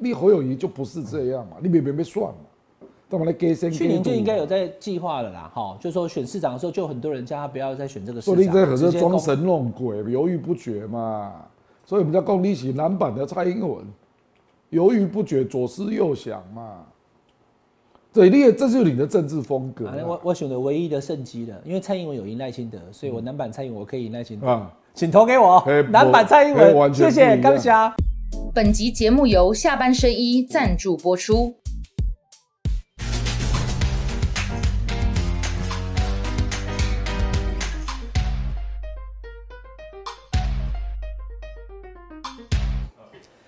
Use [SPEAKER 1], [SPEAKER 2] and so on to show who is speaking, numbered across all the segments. [SPEAKER 1] 你侯友谊就不是这样嘛，你明明被算嘛，干嘛来给先？
[SPEAKER 2] 去年就应该有啊在计划了啦，哈，就说选市长的时候，就很多人叫他不要再选这个市
[SPEAKER 1] 所以你
[SPEAKER 2] 长，
[SPEAKER 1] 这可是
[SPEAKER 2] 直接公
[SPEAKER 1] 装神弄鬼，犹豫不决嘛。所以我们叫共立起男版的蔡英文，犹豫不决，左思右想嘛。对，你也这就是你的政治风格
[SPEAKER 2] 啊那我我选的唯一的胜机了，因为蔡英文有赢赖清德，
[SPEAKER 1] 嗯
[SPEAKER 2] 所以我男版蔡英文我可以赢赖清德，
[SPEAKER 1] 啊。
[SPEAKER 2] 请投给我
[SPEAKER 1] 哎，
[SPEAKER 2] 男版蔡英
[SPEAKER 1] 哎完
[SPEAKER 2] 文，
[SPEAKER 1] 全
[SPEAKER 2] 谢
[SPEAKER 1] 不一
[SPEAKER 2] 谢，
[SPEAKER 1] 样
[SPEAKER 2] 感谢。
[SPEAKER 3] 本集节目由下半身衣赞助播出。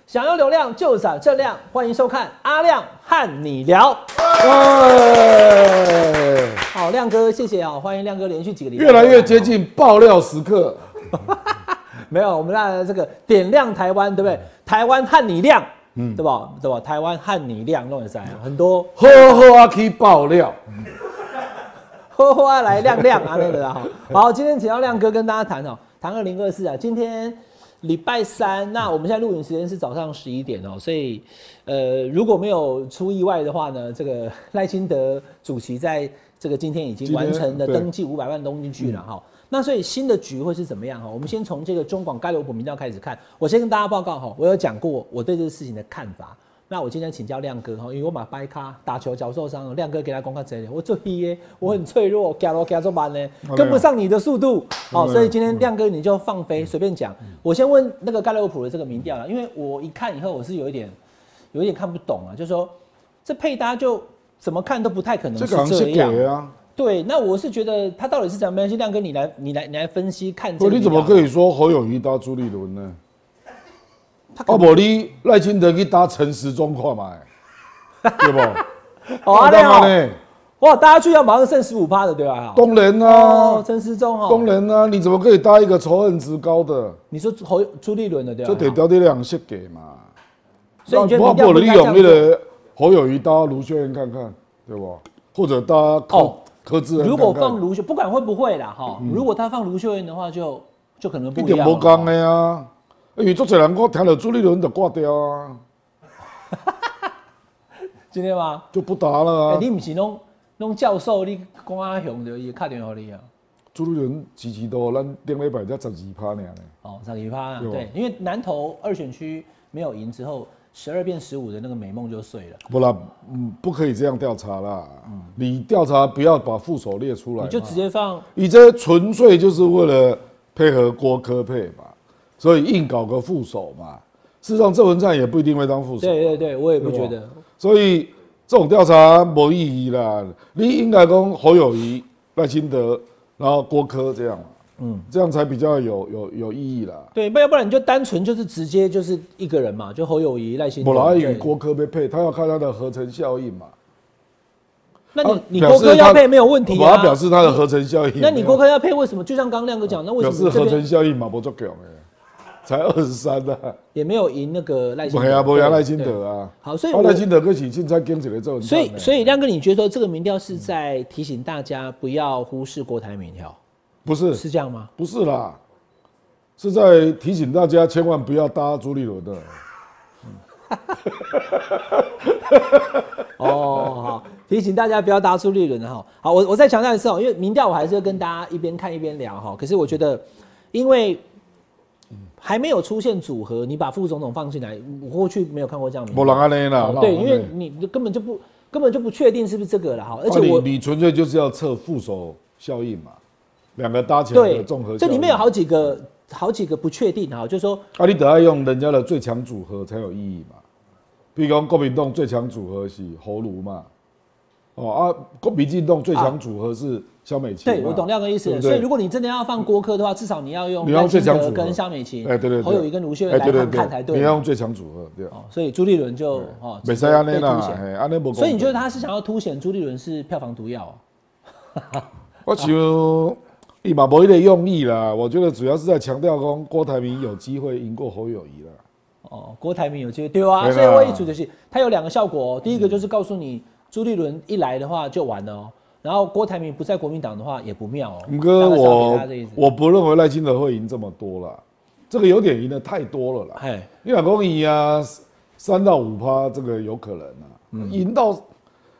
[SPEAKER 2] 想要流量就找正亮，欢迎收看阿亮和你聊。
[SPEAKER 1] 哎
[SPEAKER 2] 好，亮哥，谢谢啊、欢迎亮哥，连续几个礼拜哦
[SPEAKER 1] 越来越接。近爆料时刻。
[SPEAKER 2] 没有，我们让这个点亮台湾，
[SPEAKER 1] 嗯
[SPEAKER 2] 对不对？台湾和你亮，嗯，对吧？对吧？台湾和你亮弄得在很多
[SPEAKER 1] 呵呵阿 K 爆料，
[SPEAKER 2] 嗯呵呵啊，来亮亮啊，那个啦哈。好，今天请到亮哥跟大家谈哦，谈二零二四啊。今天礼拜三，那我们现在录影时间是早上十一点哦，所以呃，如果没有出意外的话呢，这个赖清德主席在这个今天已经
[SPEAKER 1] 今天
[SPEAKER 2] 完成了
[SPEAKER 1] 对
[SPEAKER 2] 登记五百万东进去了
[SPEAKER 1] 嗯
[SPEAKER 2] 哈。那所以新的局会是怎么样哈？我们先从这个中广盖洛普民调开始看。我先跟大家报告哈，我有讲过我对这个事情的看法。那我今天请教亮哥哈，因为我马掰卡打球脚受伤了，亮哥给他公开责任，我做 PA，我很脆弱，加罗加做慢呢，
[SPEAKER 1] 哎
[SPEAKER 2] 跟不上你的速度。好，所以今天亮哥你就放
[SPEAKER 1] 嗯
[SPEAKER 2] 飞，随便讲。我先问那个盖洛普的这个民调了，因为我一看以后我是有一点有一点看不懂啊，就是说这配搭就怎么看都不太可能
[SPEAKER 1] 这
[SPEAKER 2] 是
[SPEAKER 1] 个好像是
[SPEAKER 2] 这样。
[SPEAKER 1] 给啊。
[SPEAKER 2] 对，那我是觉得他到底是怎么样？先亮哥，你来，你来，你来分析看这
[SPEAKER 1] 不，
[SPEAKER 2] 个。
[SPEAKER 1] 哦你怎么可？
[SPEAKER 2] 啊
[SPEAKER 1] 以说侯友谊搭朱立伦呢？
[SPEAKER 2] 他可
[SPEAKER 1] 啊，不你赖清德去搭陈时中看嘛， 对不？
[SPEAKER 2] 哦，阿亮
[SPEAKER 1] 嘛
[SPEAKER 2] 哦，
[SPEAKER 1] 呢？
[SPEAKER 2] 哇，大家去要马上剩十五趴的，对吧？
[SPEAKER 1] 东人啊，
[SPEAKER 2] 哦，陈时中哦，啊
[SPEAKER 1] 东人啊，你怎么可以搭一个仇恨值高的？
[SPEAKER 2] 你说侯朱立伦的对吧？
[SPEAKER 1] 这得掉的两些给嘛。
[SPEAKER 2] 所以你觉得
[SPEAKER 1] 那
[SPEAKER 2] 民调
[SPEAKER 1] 不
[SPEAKER 2] 不
[SPEAKER 1] 然
[SPEAKER 2] 应
[SPEAKER 1] 你
[SPEAKER 2] 该这
[SPEAKER 1] 用
[SPEAKER 2] 样
[SPEAKER 1] 那
[SPEAKER 2] 做？
[SPEAKER 1] 个侯友谊搭卢秀燕看看，对不？或者搭柯
[SPEAKER 2] 哦
[SPEAKER 1] 柯志恩看看。
[SPEAKER 2] 如果放卢秀，不管会不会啦哈，如果他放卢秀燕的话，就就可能不
[SPEAKER 1] 嗯一
[SPEAKER 2] 一
[SPEAKER 1] 点
[SPEAKER 2] 样。哦
[SPEAKER 1] 无讲。的啊，因为足侪人我听到朱立伦就挂掉啊，
[SPEAKER 2] 今天吗？
[SPEAKER 1] 就不打了
[SPEAKER 2] 哎
[SPEAKER 1] 啊。
[SPEAKER 2] 你不是弄弄教授，你光阿雄的也打电话给你啊。
[SPEAKER 1] 朱立伦支持度哦咱顶礼拜才十二趴尔呢，
[SPEAKER 2] 哦，上一趴啊，
[SPEAKER 1] 对哦
[SPEAKER 2] 对，因为南投二选区没有赢之后，十二变十五的那个美梦就碎了。
[SPEAKER 1] 不啦，嗯，不可以这样调查啦。你调查不要把副手列出来嘛，
[SPEAKER 2] 嗯你就直接放
[SPEAKER 1] 你这纯粹就是为了配合郭科配嘛，所以硬搞个副手嘛。事实上，郑文灿也不一定会当副手，
[SPEAKER 2] 对对对，我也不
[SPEAKER 1] 对吧
[SPEAKER 2] 觉得。
[SPEAKER 1] 所以这种调查没意义啦。你应该跟侯友谊、赖清德，然后郭科这样嘛，嗯，这样才比较有有有意义啦。
[SPEAKER 2] 对，不要不然你就单纯就是直接就是一个人嘛，就侯友谊、赖清德。
[SPEAKER 1] 本来与
[SPEAKER 2] 对
[SPEAKER 1] 郭科被配，他要看他的合成效应嘛。
[SPEAKER 2] 那你、
[SPEAKER 1] 啊
[SPEAKER 2] 你
[SPEAKER 1] 表
[SPEAKER 2] 郭
[SPEAKER 1] 示
[SPEAKER 2] 哥要
[SPEAKER 1] 他
[SPEAKER 2] 配没有问题
[SPEAKER 1] 我
[SPEAKER 2] 啊。
[SPEAKER 1] 要表示他的合成效应。
[SPEAKER 2] 那你郭哥要配为什么？就像刚刚亮哥讲，那为
[SPEAKER 1] 表
[SPEAKER 2] 什
[SPEAKER 1] 示
[SPEAKER 2] 么这
[SPEAKER 1] 合
[SPEAKER 2] 边
[SPEAKER 1] 成效应嘛，不足够的，才二十三呢。
[SPEAKER 2] 也没有赢那个赖清
[SPEAKER 1] 不
[SPEAKER 2] 德？
[SPEAKER 1] 呀，不呀，赖清
[SPEAKER 2] 对。
[SPEAKER 1] 德啊。
[SPEAKER 2] 好所以
[SPEAKER 1] 啊
[SPEAKER 2] 我
[SPEAKER 1] 赖清德跟许庆才跟起来之后，
[SPEAKER 2] 所以所以亮哥，你觉得说这个民调是在提醒大家不要忽视郭台铭调，
[SPEAKER 1] 不是
[SPEAKER 2] 是这样吗？
[SPEAKER 1] 不是啦，是在提醒大家千万不要搭朱立伦的。
[SPEAKER 2] 哦，好，提醒大家不要搭出立伦哈。好，我我再强调一次哦，因为民调我还是会跟大家一边看一边聊哈。可是我觉得，因为还没有出现组合，你把副总统放进来，我过去没有看过这样的民
[SPEAKER 1] 没
[SPEAKER 2] 调。
[SPEAKER 1] 人安尼啦，
[SPEAKER 2] 哦
[SPEAKER 1] 哪有这
[SPEAKER 2] 对，
[SPEAKER 1] 样
[SPEAKER 2] 因为你根本就不根本就不确定是不是这个了哈。而
[SPEAKER 1] 啊
[SPEAKER 2] 且我
[SPEAKER 1] 你你纯粹就是要测副手效应嘛，两个搭起来的
[SPEAKER 2] 对
[SPEAKER 1] 综合效应。
[SPEAKER 2] 这里面有好几个好几个不确定哈，就是说
[SPEAKER 1] 啊，你得要用人家的最强组合才有意义嘛。比如讲，国民党最强组合是侯卢嘛，哦啊，国民进党最强组合是萧美琴嘛、
[SPEAKER 2] 对我懂亮哥意思
[SPEAKER 1] 对
[SPEAKER 2] 了。
[SPEAKER 1] 不对
[SPEAKER 2] 所以如果你真的要放郭科的话，至少你要用
[SPEAKER 1] 你要
[SPEAKER 2] 赖清
[SPEAKER 1] 最强组
[SPEAKER 2] 德
[SPEAKER 1] 合
[SPEAKER 2] 跟萧美琴、
[SPEAKER 1] 哎，对对对，
[SPEAKER 2] 侯友谊跟卢秀
[SPEAKER 1] 哎
[SPEAKER 2] 燕来看看才对
[SPEAKER 1] 你
[SPEAKER 2] 嘛。
[SPEAKER 1] 要用最强组合，对。
[SPEAKER 2] 哦，所以朱立伦就哦，
[SPEAKER 1] 没使
[SPEAKER 2] 被
[SPEAKER 1] 安尼
[SPEAKER 2] 凸
[SPEAKER 1] 啦，
[SPEAKER 2] 显
[SPEAKER 1] 嘿，安尼无。
[SPEAKER 2] 所以你觉得？他是想要凸显朱立伦是票房毒药、哦？
[SPEAKER 1] 我想伊嘛无迄个用意啦，我觉得主要是在强调讲郭台铭有机会赢过侯友谊啦。
[SPEAKER 2] 哦，郭台铭有机会对啊，
[SPEAKER 1] 对啦
[SPEAKER 2] 所以我一组就是它有两个效果、哦，第一个就是告诉你朱立伦一来的话就完了哦，然后郭台铭不在国民党的话也不妙哦。
[SPEAKER 1] 五哥，
[SPEAKER 2] 大概是要给
[SPEAKER 1] 我
[SPEAKER 2] 他这意思
[SPEAKER 1] 我不认为赖清德会赢这么多啦，这个有点赢的太多了啦。
[SPEAKER 2] 哎
[SPEAKER 1] 你老公赢啊，三到五趴，这个有可能啊，赢、到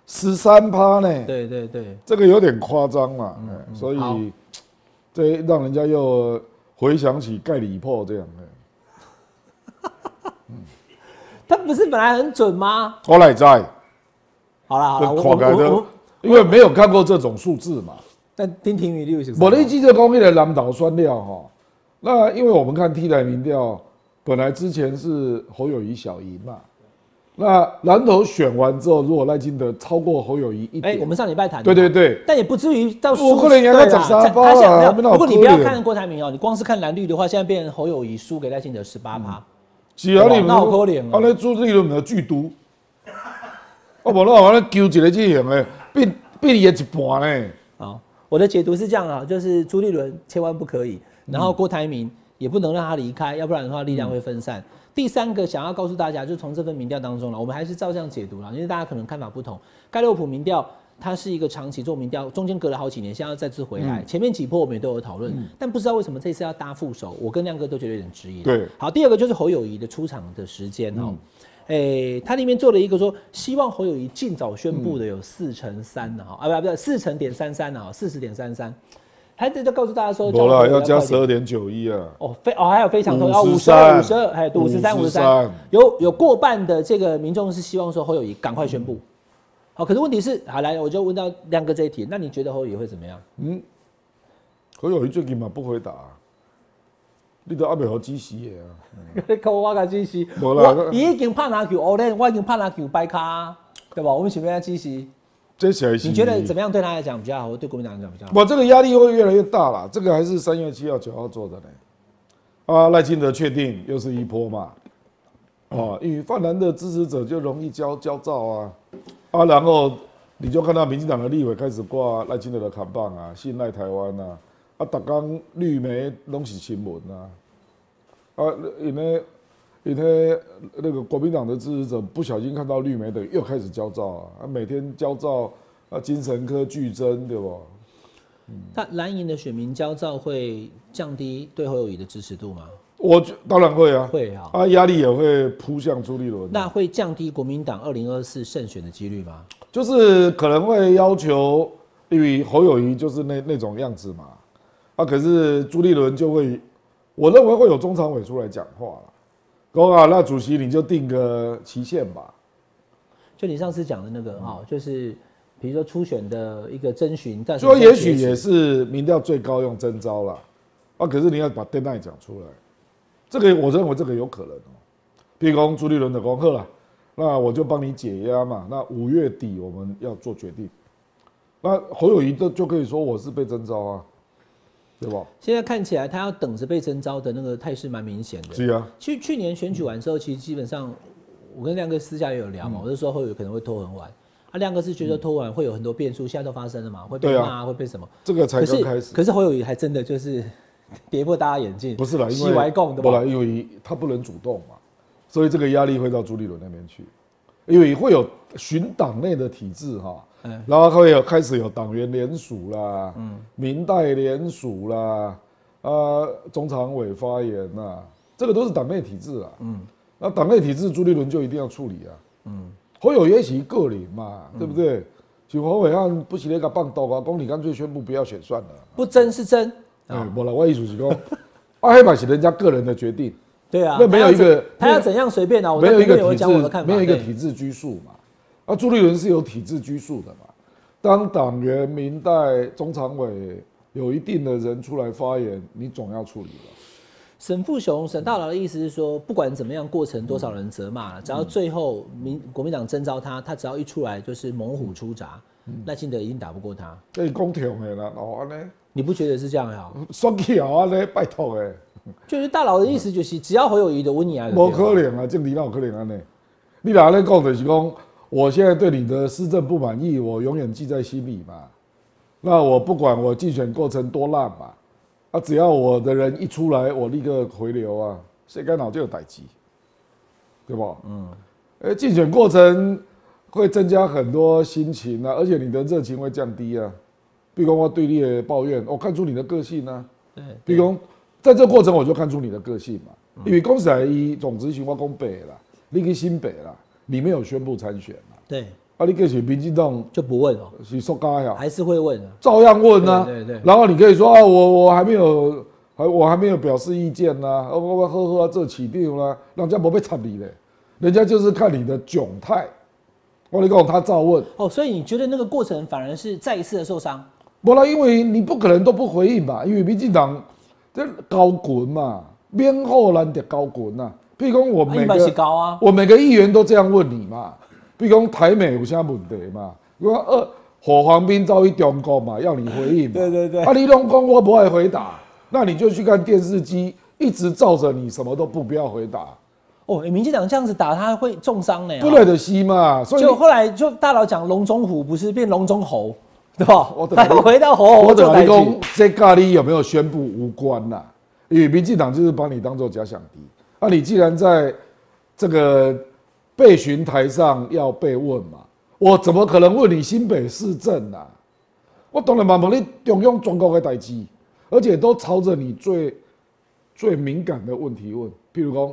[SPEAKER 1] 十三趴呢，
[SPEAKER 2] 嗯对对对，
[SPEAKER 1] 这个有点夸张了，哎所
[SPEAKER 2] 好
[SPEAKER 1] 以这让人家又回想起盖里破这样。哎
[SPEAKER 2] 他不是本来很准吗？
[SPEAKER 1] 我来在，
[SPEAKER 2] 好啦好啦，
[SPEAKER 1] 这
[SPEAKER 2] 我
[SPEAKER 1] 看
[SPEAKER 2] 我
[SPEAKER 1] 起来
[SPEAKER 2] 我
[SPEAKER 1] 都
[SPEAKER 2] 我，
[SPEAKER 1] 因为没有看过这种数字嘛。
[SPEAKER 2] 但听评语六十，
[SPEAKER 1] 我的记者公益的南岛酸料哈，那因为我们看 T 台民调，本来之前是侯友谊小赢嘛，那南投选完之后，如果赖清德超过侯友谊一
[SPEAKER 2] 哎、
[SPEAKER 1] 点，
[SPEAKER 2] 我们上礼拜谈的
[SPEAKER 1] 对对对，
[SPEAKER 2] 但也不至于到
[SPEAKER 1] 我
[SPEAKER 2] 输
[SPEAKER 1] 可能赢到
[SPEAKER 2] 对啦
[SPEAKER 1] 13
[SPEAKER 2] 才
[SPEAKER 1] 包
[SPEAKER 2] 他
[SPEAKER 1] 啦
[SPEAKER 2] 想没有
[SPEAKER 1] 我们哪有
[SPEAKER 2] 如果你不要
[SPEAKER 1] 可怜
[SPEAKER 2] 看郭台铭哦，你光是看蓝绿的话，现在变成侯友谊输给赖清德十八趴，
[SPEAKER 1] 是啊，你
[SPEAKER 2] 哇那有可能
[SPEAKER 1] 啊，
[SPEAKER 2] 哦
[SPEAKER 1] 那做利润的剧毒，啊，无那我那揪一个这样的，变变也一半呢，
[SPEAKER 2] 好，哦我的解读是这样啊，就是朱立伦千万不可以，
[SPEAKER 1] 嗯
[SPEAKER 2] 然后郭台铭也不能让他离开，要不然的话力量会分散。
[SPEAKER 1] 嗯
[SPEAKER 2] 第三个想要告诉大家，就从这份民调当中了，我们还是照这样解读了，因为大家可能看法不同。盖洛普民调它是一个长期做民调，中间隔了好几年，现在要再次回来，
[SPEAKER 1] 嗯
[SPEAKER 2] 前面几波我们也都有讨论，但不知道为什么这次要搭副手，我跟亮哥都觉得有点质疑。
[SPEAKER 1] 对
[SPEAKER 2] 好，第二个就是侯友谊的出场的时间哦、诶、它里面做了一个说，希望侯友谊尽早宣布的有四乘三的哈，啊不不四乘点三三啊，四十点三三，他这就告诉大家说，
[SPEAKER 1] 无啦，
[SPEAKER 2] 叫
[SPEAKER 1] 要加
[SPEAKER 2] 快
[SPEAKER 1] 十
[SPEAKER 2] 点
[SPEAKER 1] 二点九一啊，
[SPEAKER 2] 哦，非哦还有非常多，要五十
[SPEAKER 1] 53
[SPEAKER 2] 二、五十二，哎，五十三、五十
[SPEAKER 1] 53
[SPEAKER 2] 三，有有过半的这个民众是希望说侯友谊赶快宣布。好，可是问题是，好来，我就问到亮哥这一题，那你觉得侯友谊会怎么样？
[SPEAKER 1] 侯友谊最近嘛不回答、啊你都阿袂好支持的啊，
[SPEAKER 2] 你看我个支持，
[SPEAKER 1] 没啦
[SPEAKER 2] 我伊已经拍篮球，我咧我已经拍篮球掰卡，对吧？我们前面要支持，
[SPEAKER 1] 这才是
[SPEAKER 2] 你觉得怎么样对他来讲比较好，或对国民党来讲比较好？
[SPEAKER 1] 我这个压力会越来越大啦，这个还是三月七号、九号做的呢。啊，赖清德确定又是一波嘛？哦，与泛蓝的支持者就容易焦焦躁啊啊，然后你就看到民进党的立委开始挂赖清德的扛棒啊，信赖台湾啊，啊，打刚绿媒拢是新闻啊，啊，因为因为那个国民党的支持者不小心看到绿媒的，又开始焦躁啊，啊，每天焦躁啊，精神科剧增对不？
[SPEAKER 2] 那蓝营的选民焦躁会降低对侯友谊的支持度吗？
[SPEAKER 1] 我觉当然会啊，
[SPEAKER 2] 会啊，
[SPEAKER 1] 啊，压力也会扑向朱立伦。啊
[SPEAKER 2] 那会降低国民党二零二四胜选的几率吗？
[SPEAKER 1] 就是可能会要求，因为侯友谊就是那那种样子嘛，啊，可是朱立伦就会，我认为会有中常委出来讲话了。公啊，那主席你就定个期限吧。
[SPEAKER 2] 就你上次讲的那个哈、就是比如说初选的一个征询，但是
[SPEAKER 1] 所以也许也是民调最高用征招啦，啊，可是你要把 deadline 讲出来，这个我认为这个有可能哦、譬如说朱立伦的功课啦，那我就帮你解压嘛。那五月底我们要做决定，那侯友谊就就可以说我是被征招啊，对吧？
[SPEAKER 2] 现在看起来他要等着被征召的那个态势蛮明显的。
[SPEAKER 1] 是啊，
[SPEAKER 2] 其实去年选举完之后，其实基本上我跟亮哥私下也有聊
[SPEAKER 1] 嗯
[SPEAKER 2] 嘛，我就说会有可能会拖很晚。啊，亮哥是觉得拖完会有很多变数，现在都发生了嘛，会被
[SPEAKER 1] 对
[SPEAKER 2] 骂、
[SPEAKER 1] 啊
[SPEAKER 2] 会被什么？
[SPEAKER 1] 这个才
[SPEAKER 2] 可
[SPEAKER 1] 刚
[SPEAKER 2] 是
[SPEAKER 1] 开始，
[SPEAKER 2] 可是侯友谊还真的就是 跌破大家眼镜，
[SPEAKER 1] 不是啦，因
[SPEAKER 2] 西
[SPEAKER 1] 为
[SPEAKER 2] 维共的
[SPEAKER 1] 不
[SPEAKER 2] 吧
[SPEAKER 1] 啦，？因为他不能主动嘛，所以这个压力会到朱立伦那边去，因为会有巡党内的体制哈、
[SPEAKER 2] 嗯
[SPEAKER 1] 然后会有开始有党员联署啦，民代联署啦，啊，中常委发言呐，这个都是党内体制啦，嗯，那党内体制朱立伦就一定要处理啊，嗯，侯友也是个人嘛，对不对？像侯伟汉不是那个棒斗啊，讲你干脆宣布不要选算了，
[SPEAKER 2] 不争是争，
[SPEAKER 1] 哎、
[SPEAKER 2] 嗯
[SPEAKER 1] 无啦，我意思是 讲，啊，黑板是人家个人的决定。
[SPEAKER 2] 对啊，
[SPEAKER 1] 那没有一个
[SPEAKER 2] 他要怎他要怎样随便啊？我
[SPEAKER 1] 没有一个体
[SPEAKER 2] 我
[SPEAKER 1] 制
[SPEAKER 2] 讲我的看，法，
[SPEAKER 1] 没有一个
[SPEAKER 2] 对
[SPEAKER 1] 体制拘束嘛。啊，朱立伦是有体制拘束的嘛。当党员、民代、中常委有一定的人出来发言，你总要处理吧。
[SPEAKER 2] 沈富雄、沈大佬的意思是说，不管怎么样，过程多少人责骂了，
[SPEAKER 1] 嗯
[SPEAKER 2] 只要最后民国民党征召他，他只要一出来就是猛虎出闸，
[SPEAKER 1] 嗯
[SPEAKER 2] 赖清德一定打不过他。
[SPEAKER 1] 这公平的啦，哦安呢，
[SPEAKER 2] 你不觉得是这样呀？
[SPEAKER 1] 双桥啊呢，拜托诶，
[SPEAKER 2] 就是大佬的意思就是，只要侯友谊的温尼啊，
[SPEAKER 1] 无可能啊，政治哪有可能安呢？你哪咧讲就是讲，我现在对你的施政不满意，我永远记在心里嘛。那我不管我竞选过程多烂嘛，啊，只要我的人一出来，我立刻回流啊，谁干脑就有逮鸡，对吧？嗯，呃，竞选过程会增加很多心情啊，而且你的热情会降低啊。比如说我对你的抱怨，我看出你的个性啊。
[SPEAKER 2] 对，
[SPEAKER 1] 比如
[SPEAKER 2] 嗯
[SPEAKER 1] 讲，在这过程我就看出你的个性嘛，因为公司来一总执行我讲白的啦，你去新北啦，你没有宣布参选啦，
[SPEAKER 2] 对，
[SPEAKER 1] 啊，你可以去民进党
[SPEAKER 2] 就不问哦，
[SPEAKER 1] 是说嘎呀，
[SPEAKER 2] 还是会问啊。
[SPEAKER 1] 照样问啊。
[SPEAKER 2] 对对对
[SPEAKER 1] 然后你可以说啊，我我还没有，还我还没有表示意见呐、啊，我我呵呵啊，这起定啦，人家不被插你嘞，人家就是看你的窘态。我跟你讲，他照问，
[SPEAKER 2] 哦，所以你觉得那个过程反而是再一次的受伤？啊
[SPEAKER 1] 不啦，因为你不可能都不回应嘛，因为民进党这高滚嘛，边后难得高滚呐、譬如讲我
[SPEAKER 2] 啊一
[SPEAKER 1] 每
[SPEAKER 2] 般是
[SPEAKER 1] 个
[SPEAKER 2] 高啊，
[SPEAKER 1] 我每个议员都这样问你嘛，譬如讲台美有啥问题嘛，我说呃火黄兵遭遇中国嘛，要你回应嘛。
[SPEAKER 2] 对对对
[SPEAKER 1] 啊，你拢讲我不爱回答，那你就去看电视机，一直照着你什么都不不要回答，
[SPEAKER 2] 哦，民进党这样子打他会重伤呢、
[SPEAKER 1] 不来的西嘛。所以
[SPEAKER 2] 就后来就大佬讲龙中虎不是变龙中猴，对吧？
[SPEAKER 1] 我等
[SPEAKER 2] 他
[SPEAKER 1] 你
[SPEAKER 2] 回到猴
[SPEAKER 1] 哦我
[SPEAKER 2] 猴
[SPEAKER 1] 等
[SPEAKER 2] 做
[SPEAKER 1] 来
[SPEAKER 2] 代
[SPEAKER 1] 讲
[SPEAKER 2] 替。，
[SPEAKER 1] 这咖喱有没有宣布无关呐、因为民进党就是把你当做假想敌。啊，你既然在这个备询台上要被问嘛，我怎么可能问你新北市政啊？我当然嘛，问你中央全国的代志，而且都朝着你最最敏感的问题问，譬如讲，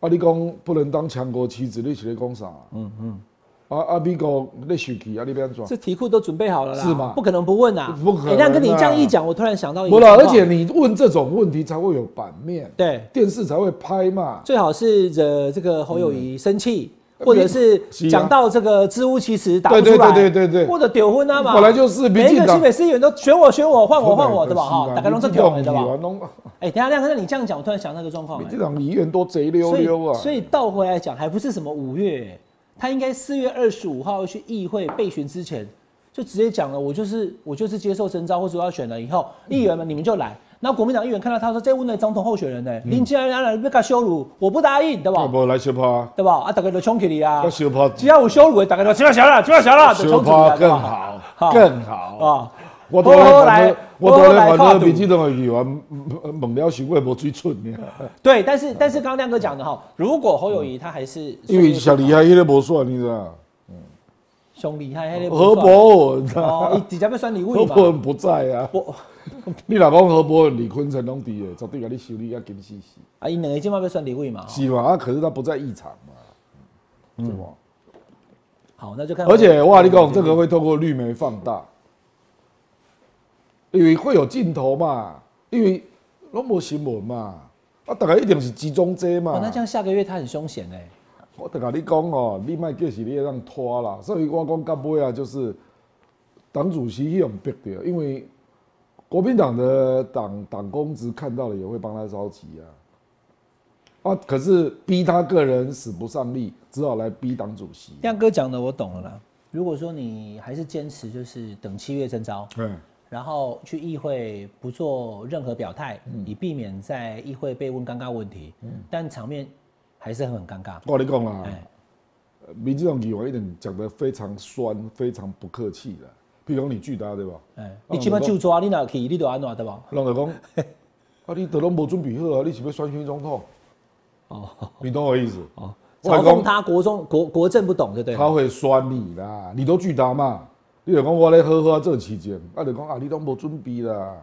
[SPEAKER 1] 啊，你讲不能当强国棋子，你是在讲啥？嗯嗯。啊啊，美国你生气啊，你要安怎样？
[SPEAKER 2] 这题库都准备好了啦，
[SPEAKER 1] 是吗
[SPEAKER 2] 不可能不问啊！
[SPEAKER 1] 不可能啊
[SPEAKER 2] 诶那跟你这样一讲，我突然想到一个
[SPEAKER 1] 不了，
[SPEAKER 2] 情
[SPEAKER 1] 而
[SPEAKER 2] 况，
[SPEAKER 1] 且你问这种问题才会有版面，
[SPEAKER 2] 对，
[SPEAKER 1] 电视才会拍嘛。
[SPEAKER 2] 最好是惹这个侯友谊生气，或者是
[SPEAKER 1] 嗯是啊
[SPEAKER 2] 讲到这个支吾其词打不出
[SPEAKER 1] 对对
[SPEAKER 2] 来，
[SPEAKER 1] 对对对对
[SPEAKER 2] 或者丢婚啊嘛，
[SPEAKER 1] 本来就是民
[SPEAKER 2] 每一
[SPEAKER 1] 进
[SPEAKER 2] 个
[SPEAKER 1] 党
[SPEAKER 2] 新北市议员都选我选我换我换我对吧？
[SPEAKER 1] 啊
[SPEAKER 2] 哈，大概弄这条对吧？
[SPEAKER 1] 弄
[SPEAKER 2] 哎，等一下亮哥，那你这样讲，我突然想到一个状况
[SPEAKER 1] 啊民
[SPEAKER 2] 哎
[SPEAKER 1] 进党议员多贼溜
[SPEAKER 2] 所
[SPEAKER 1] 溜啊！
[SPEAKER 2] 以所以倒回来讲，还不是什么五月，他应该四月二十五号去议会备询之前，就直接讲了，我就是我就是接受征召或者我要选了以后，
[SPEAKER 1] 嗯
[SPEAKER 2] 议员们你们就来。那国民党议员看到他说这问的总统候选人呢、
[SPEAKER 1] 嗯
[SPEAKER 2] 林竟然来被他羞辱，我不答应，对吧？
[SPEAKER 1] 啊不来小趴，
[SPEAKER 2] 对吧？啊，大概就冲起你啊
[SPEAKER 1] 要！小趴，
[SPEAKER 2] 只要有羞辱的，大概就起码小了，起码小了，就
[SPEAKER 1] 小
[SPEAKER 2] 冲起
[SPEAKER 1] 趴
[SPEAKER 2] 你
[SPEAKER 1] 更
[SPEAKER 2] 啊
[SPEAKER 1] 好，更好。
[SPEAKER 2] 啊！
[SPEAKER 1] 我
[SPEAKER 2] 后
[SPEAKER 1] 都
[SPEAKER 2] 来
[SPEAKER 1] 来，我都
[SPEAKER 2] 后来
[SPEAKER 1] 来
[SPEAKER 2] 跨
[SPEAKER 1] 反
[SPEAKER 2] 度
[SPEAKER 1] 正民进党的议员呃猛了行为无最蠢 呢，
[SPEAKER 2] 对，但是但是刚刚亮哥讲的哈，如果侯友谊他还是
[SPEAKER 1] 因为小厉害，迄个无算，你知道？
[SPEAKER 2] 熊厉害，那个不
[SPEAKER 1] 何
[SPEAKER 2] 算
[SPEAKER 1] 伯文啊，
[SPEAKER 2] 哦，你底下被酸礼物
[SPEAKER 1] 何伯
[SPEAKER 2] 嘛？
[SPEAKER 1] 文不在啊。
[SPEAKER 2] 我
[SPEAKER 1] 你若讲何伯文、李坤城拢伫的，绝对甲你修理啊金死死。
[SPEAKER 2] 啊，因两个今晚被酸礼物嘛？哦
[SPEAKER 1] 是嘛？啊，可是他不在异常嘛，对吧？
[SPEAKER 2] 好，那就看。
[SPEAKER 1] 而且我跟你讲，这个会透过绿媒放大，因为会有镜头嘛，因为拢无新闻嘛，啊，大家一定是集中遮
[SPEAKER 2] 哦，
[SPEAKER 1] 嘛
[SPEAKER 2] 那这。样下个月他很凶险哎。
[SPEAKER 1] 我就甲你讲哦，你卖计是你让拖啦，所以我讲到尾啊，就是党主席也很逼的，因为国民党的党党公职看到了也会帮他着急啊，啊，可是逼他个人使不上力，只好来逼党主席。
[SPEAKER 2] 亮哥讲的我懂了啦。如果说你还是坚持就是等七月征召，
[SPEAKER 1] 嗯，
[SPEAKER 2] 然后去议会不做任何表态，
[SPEAKER 1] 嗯
[SPEAKER 2] 以避免在议会被问尴尬问题，但场面还是很尴尬。
[SPEAKER 1] 我跟你讲啦，
[SPEAKER 2] 哎，
[SPEAKER 1] 民进党议员一定讲得非常酸，非常不客气的，譬如讲你拒答对吧？
[SPEAKER 2] 哎，
[SPEAKER 1] 哦
[SPEAKER 2] 你基本就抓你哪去，你就安哪对吧？
[SPEAKER 1] 人就 讲，啊，你都拢无准备好啊，你是要选选总统？
[SPEAKER 2] 哦，
[SPEAKER 1] 你懂我意思？
[SPEAKER 2] 哦，
[SPEAKER 1] 我跟
[SPEAKER 2] 嘲
[SPEAKER 1] 你讲
[SPEAKER 2] 讽他国中国国政不懂，对不对了？
[SPEAKER 1] 他会酸你啦，你都拒答嘛。你就讲我咧好好做期间，啊，就讲啊，你都无准备啦，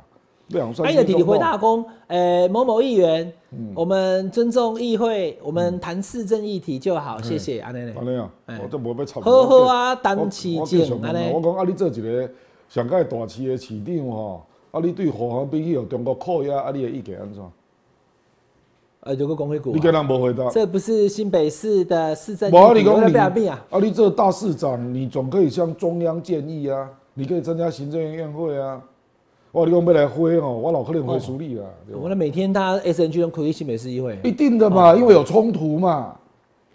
[SPEAKER 1] 要讲算
[SPEAKER 2] 哎
[SPEAKER 1] 你嗯
[SPEAKER 2] 呀，
[SPEAKER 1] 都
[SPEAKER 2] 弟弟回大公，呃，某某议员，我们尊重议
[SPEAKER 1] 嗯
[SPEAKER 2] 会，我们谈市政议题就好，谢谢阿内内
[SPEAKER 1] 安。尼啊，
[SPEAKER 2] 哎
[SPEAKER 1] 我都无要插。
[SPEAKER 2] 好好啊
[SPEAKER 1] 我
[SPEAKER 2] 单市
[SPEAKER 1] 我我继续
[SPEAKER 2] 政
[SPEAKER 1] 讲
[SPEAKER 2] 安尼
[SPEAKER 1] 我讲啊，你做一个上届大市的市长吼，啊，你对火航比起有中国扣押，啊，你的意见安怎？
[SPEAKER 2] 哦呃，有个工会股
[SPEAKER 1] 你，跟人无回答。
[SPEAKER 2] 这不是新北市的市政
[SPEAKER 1] 无啊，
[SPEAKER 2] 议
[SPEAKER 1] 你
[SPEAKER 2] 题，我
[SPEAKER 1] 讲
[SPEAKER 2] 在
[SPEAKER 1] 你
[SPEAKER 2] 被病啊。
[SPEAKER 1] 你这大市长，你总可以向中央建议啊，你可以参加行政院院会啊。我跟你讲要来挥哦，我老可能回署理啦。对吧
[SPEAKER 2] 我们每天他 SNG 跟奎新北市议会，
[SPEAKER 1] 一定的
[SPEAKER 2] 哦
[SPEAKER 1] 嘛，因为有冲突嘛，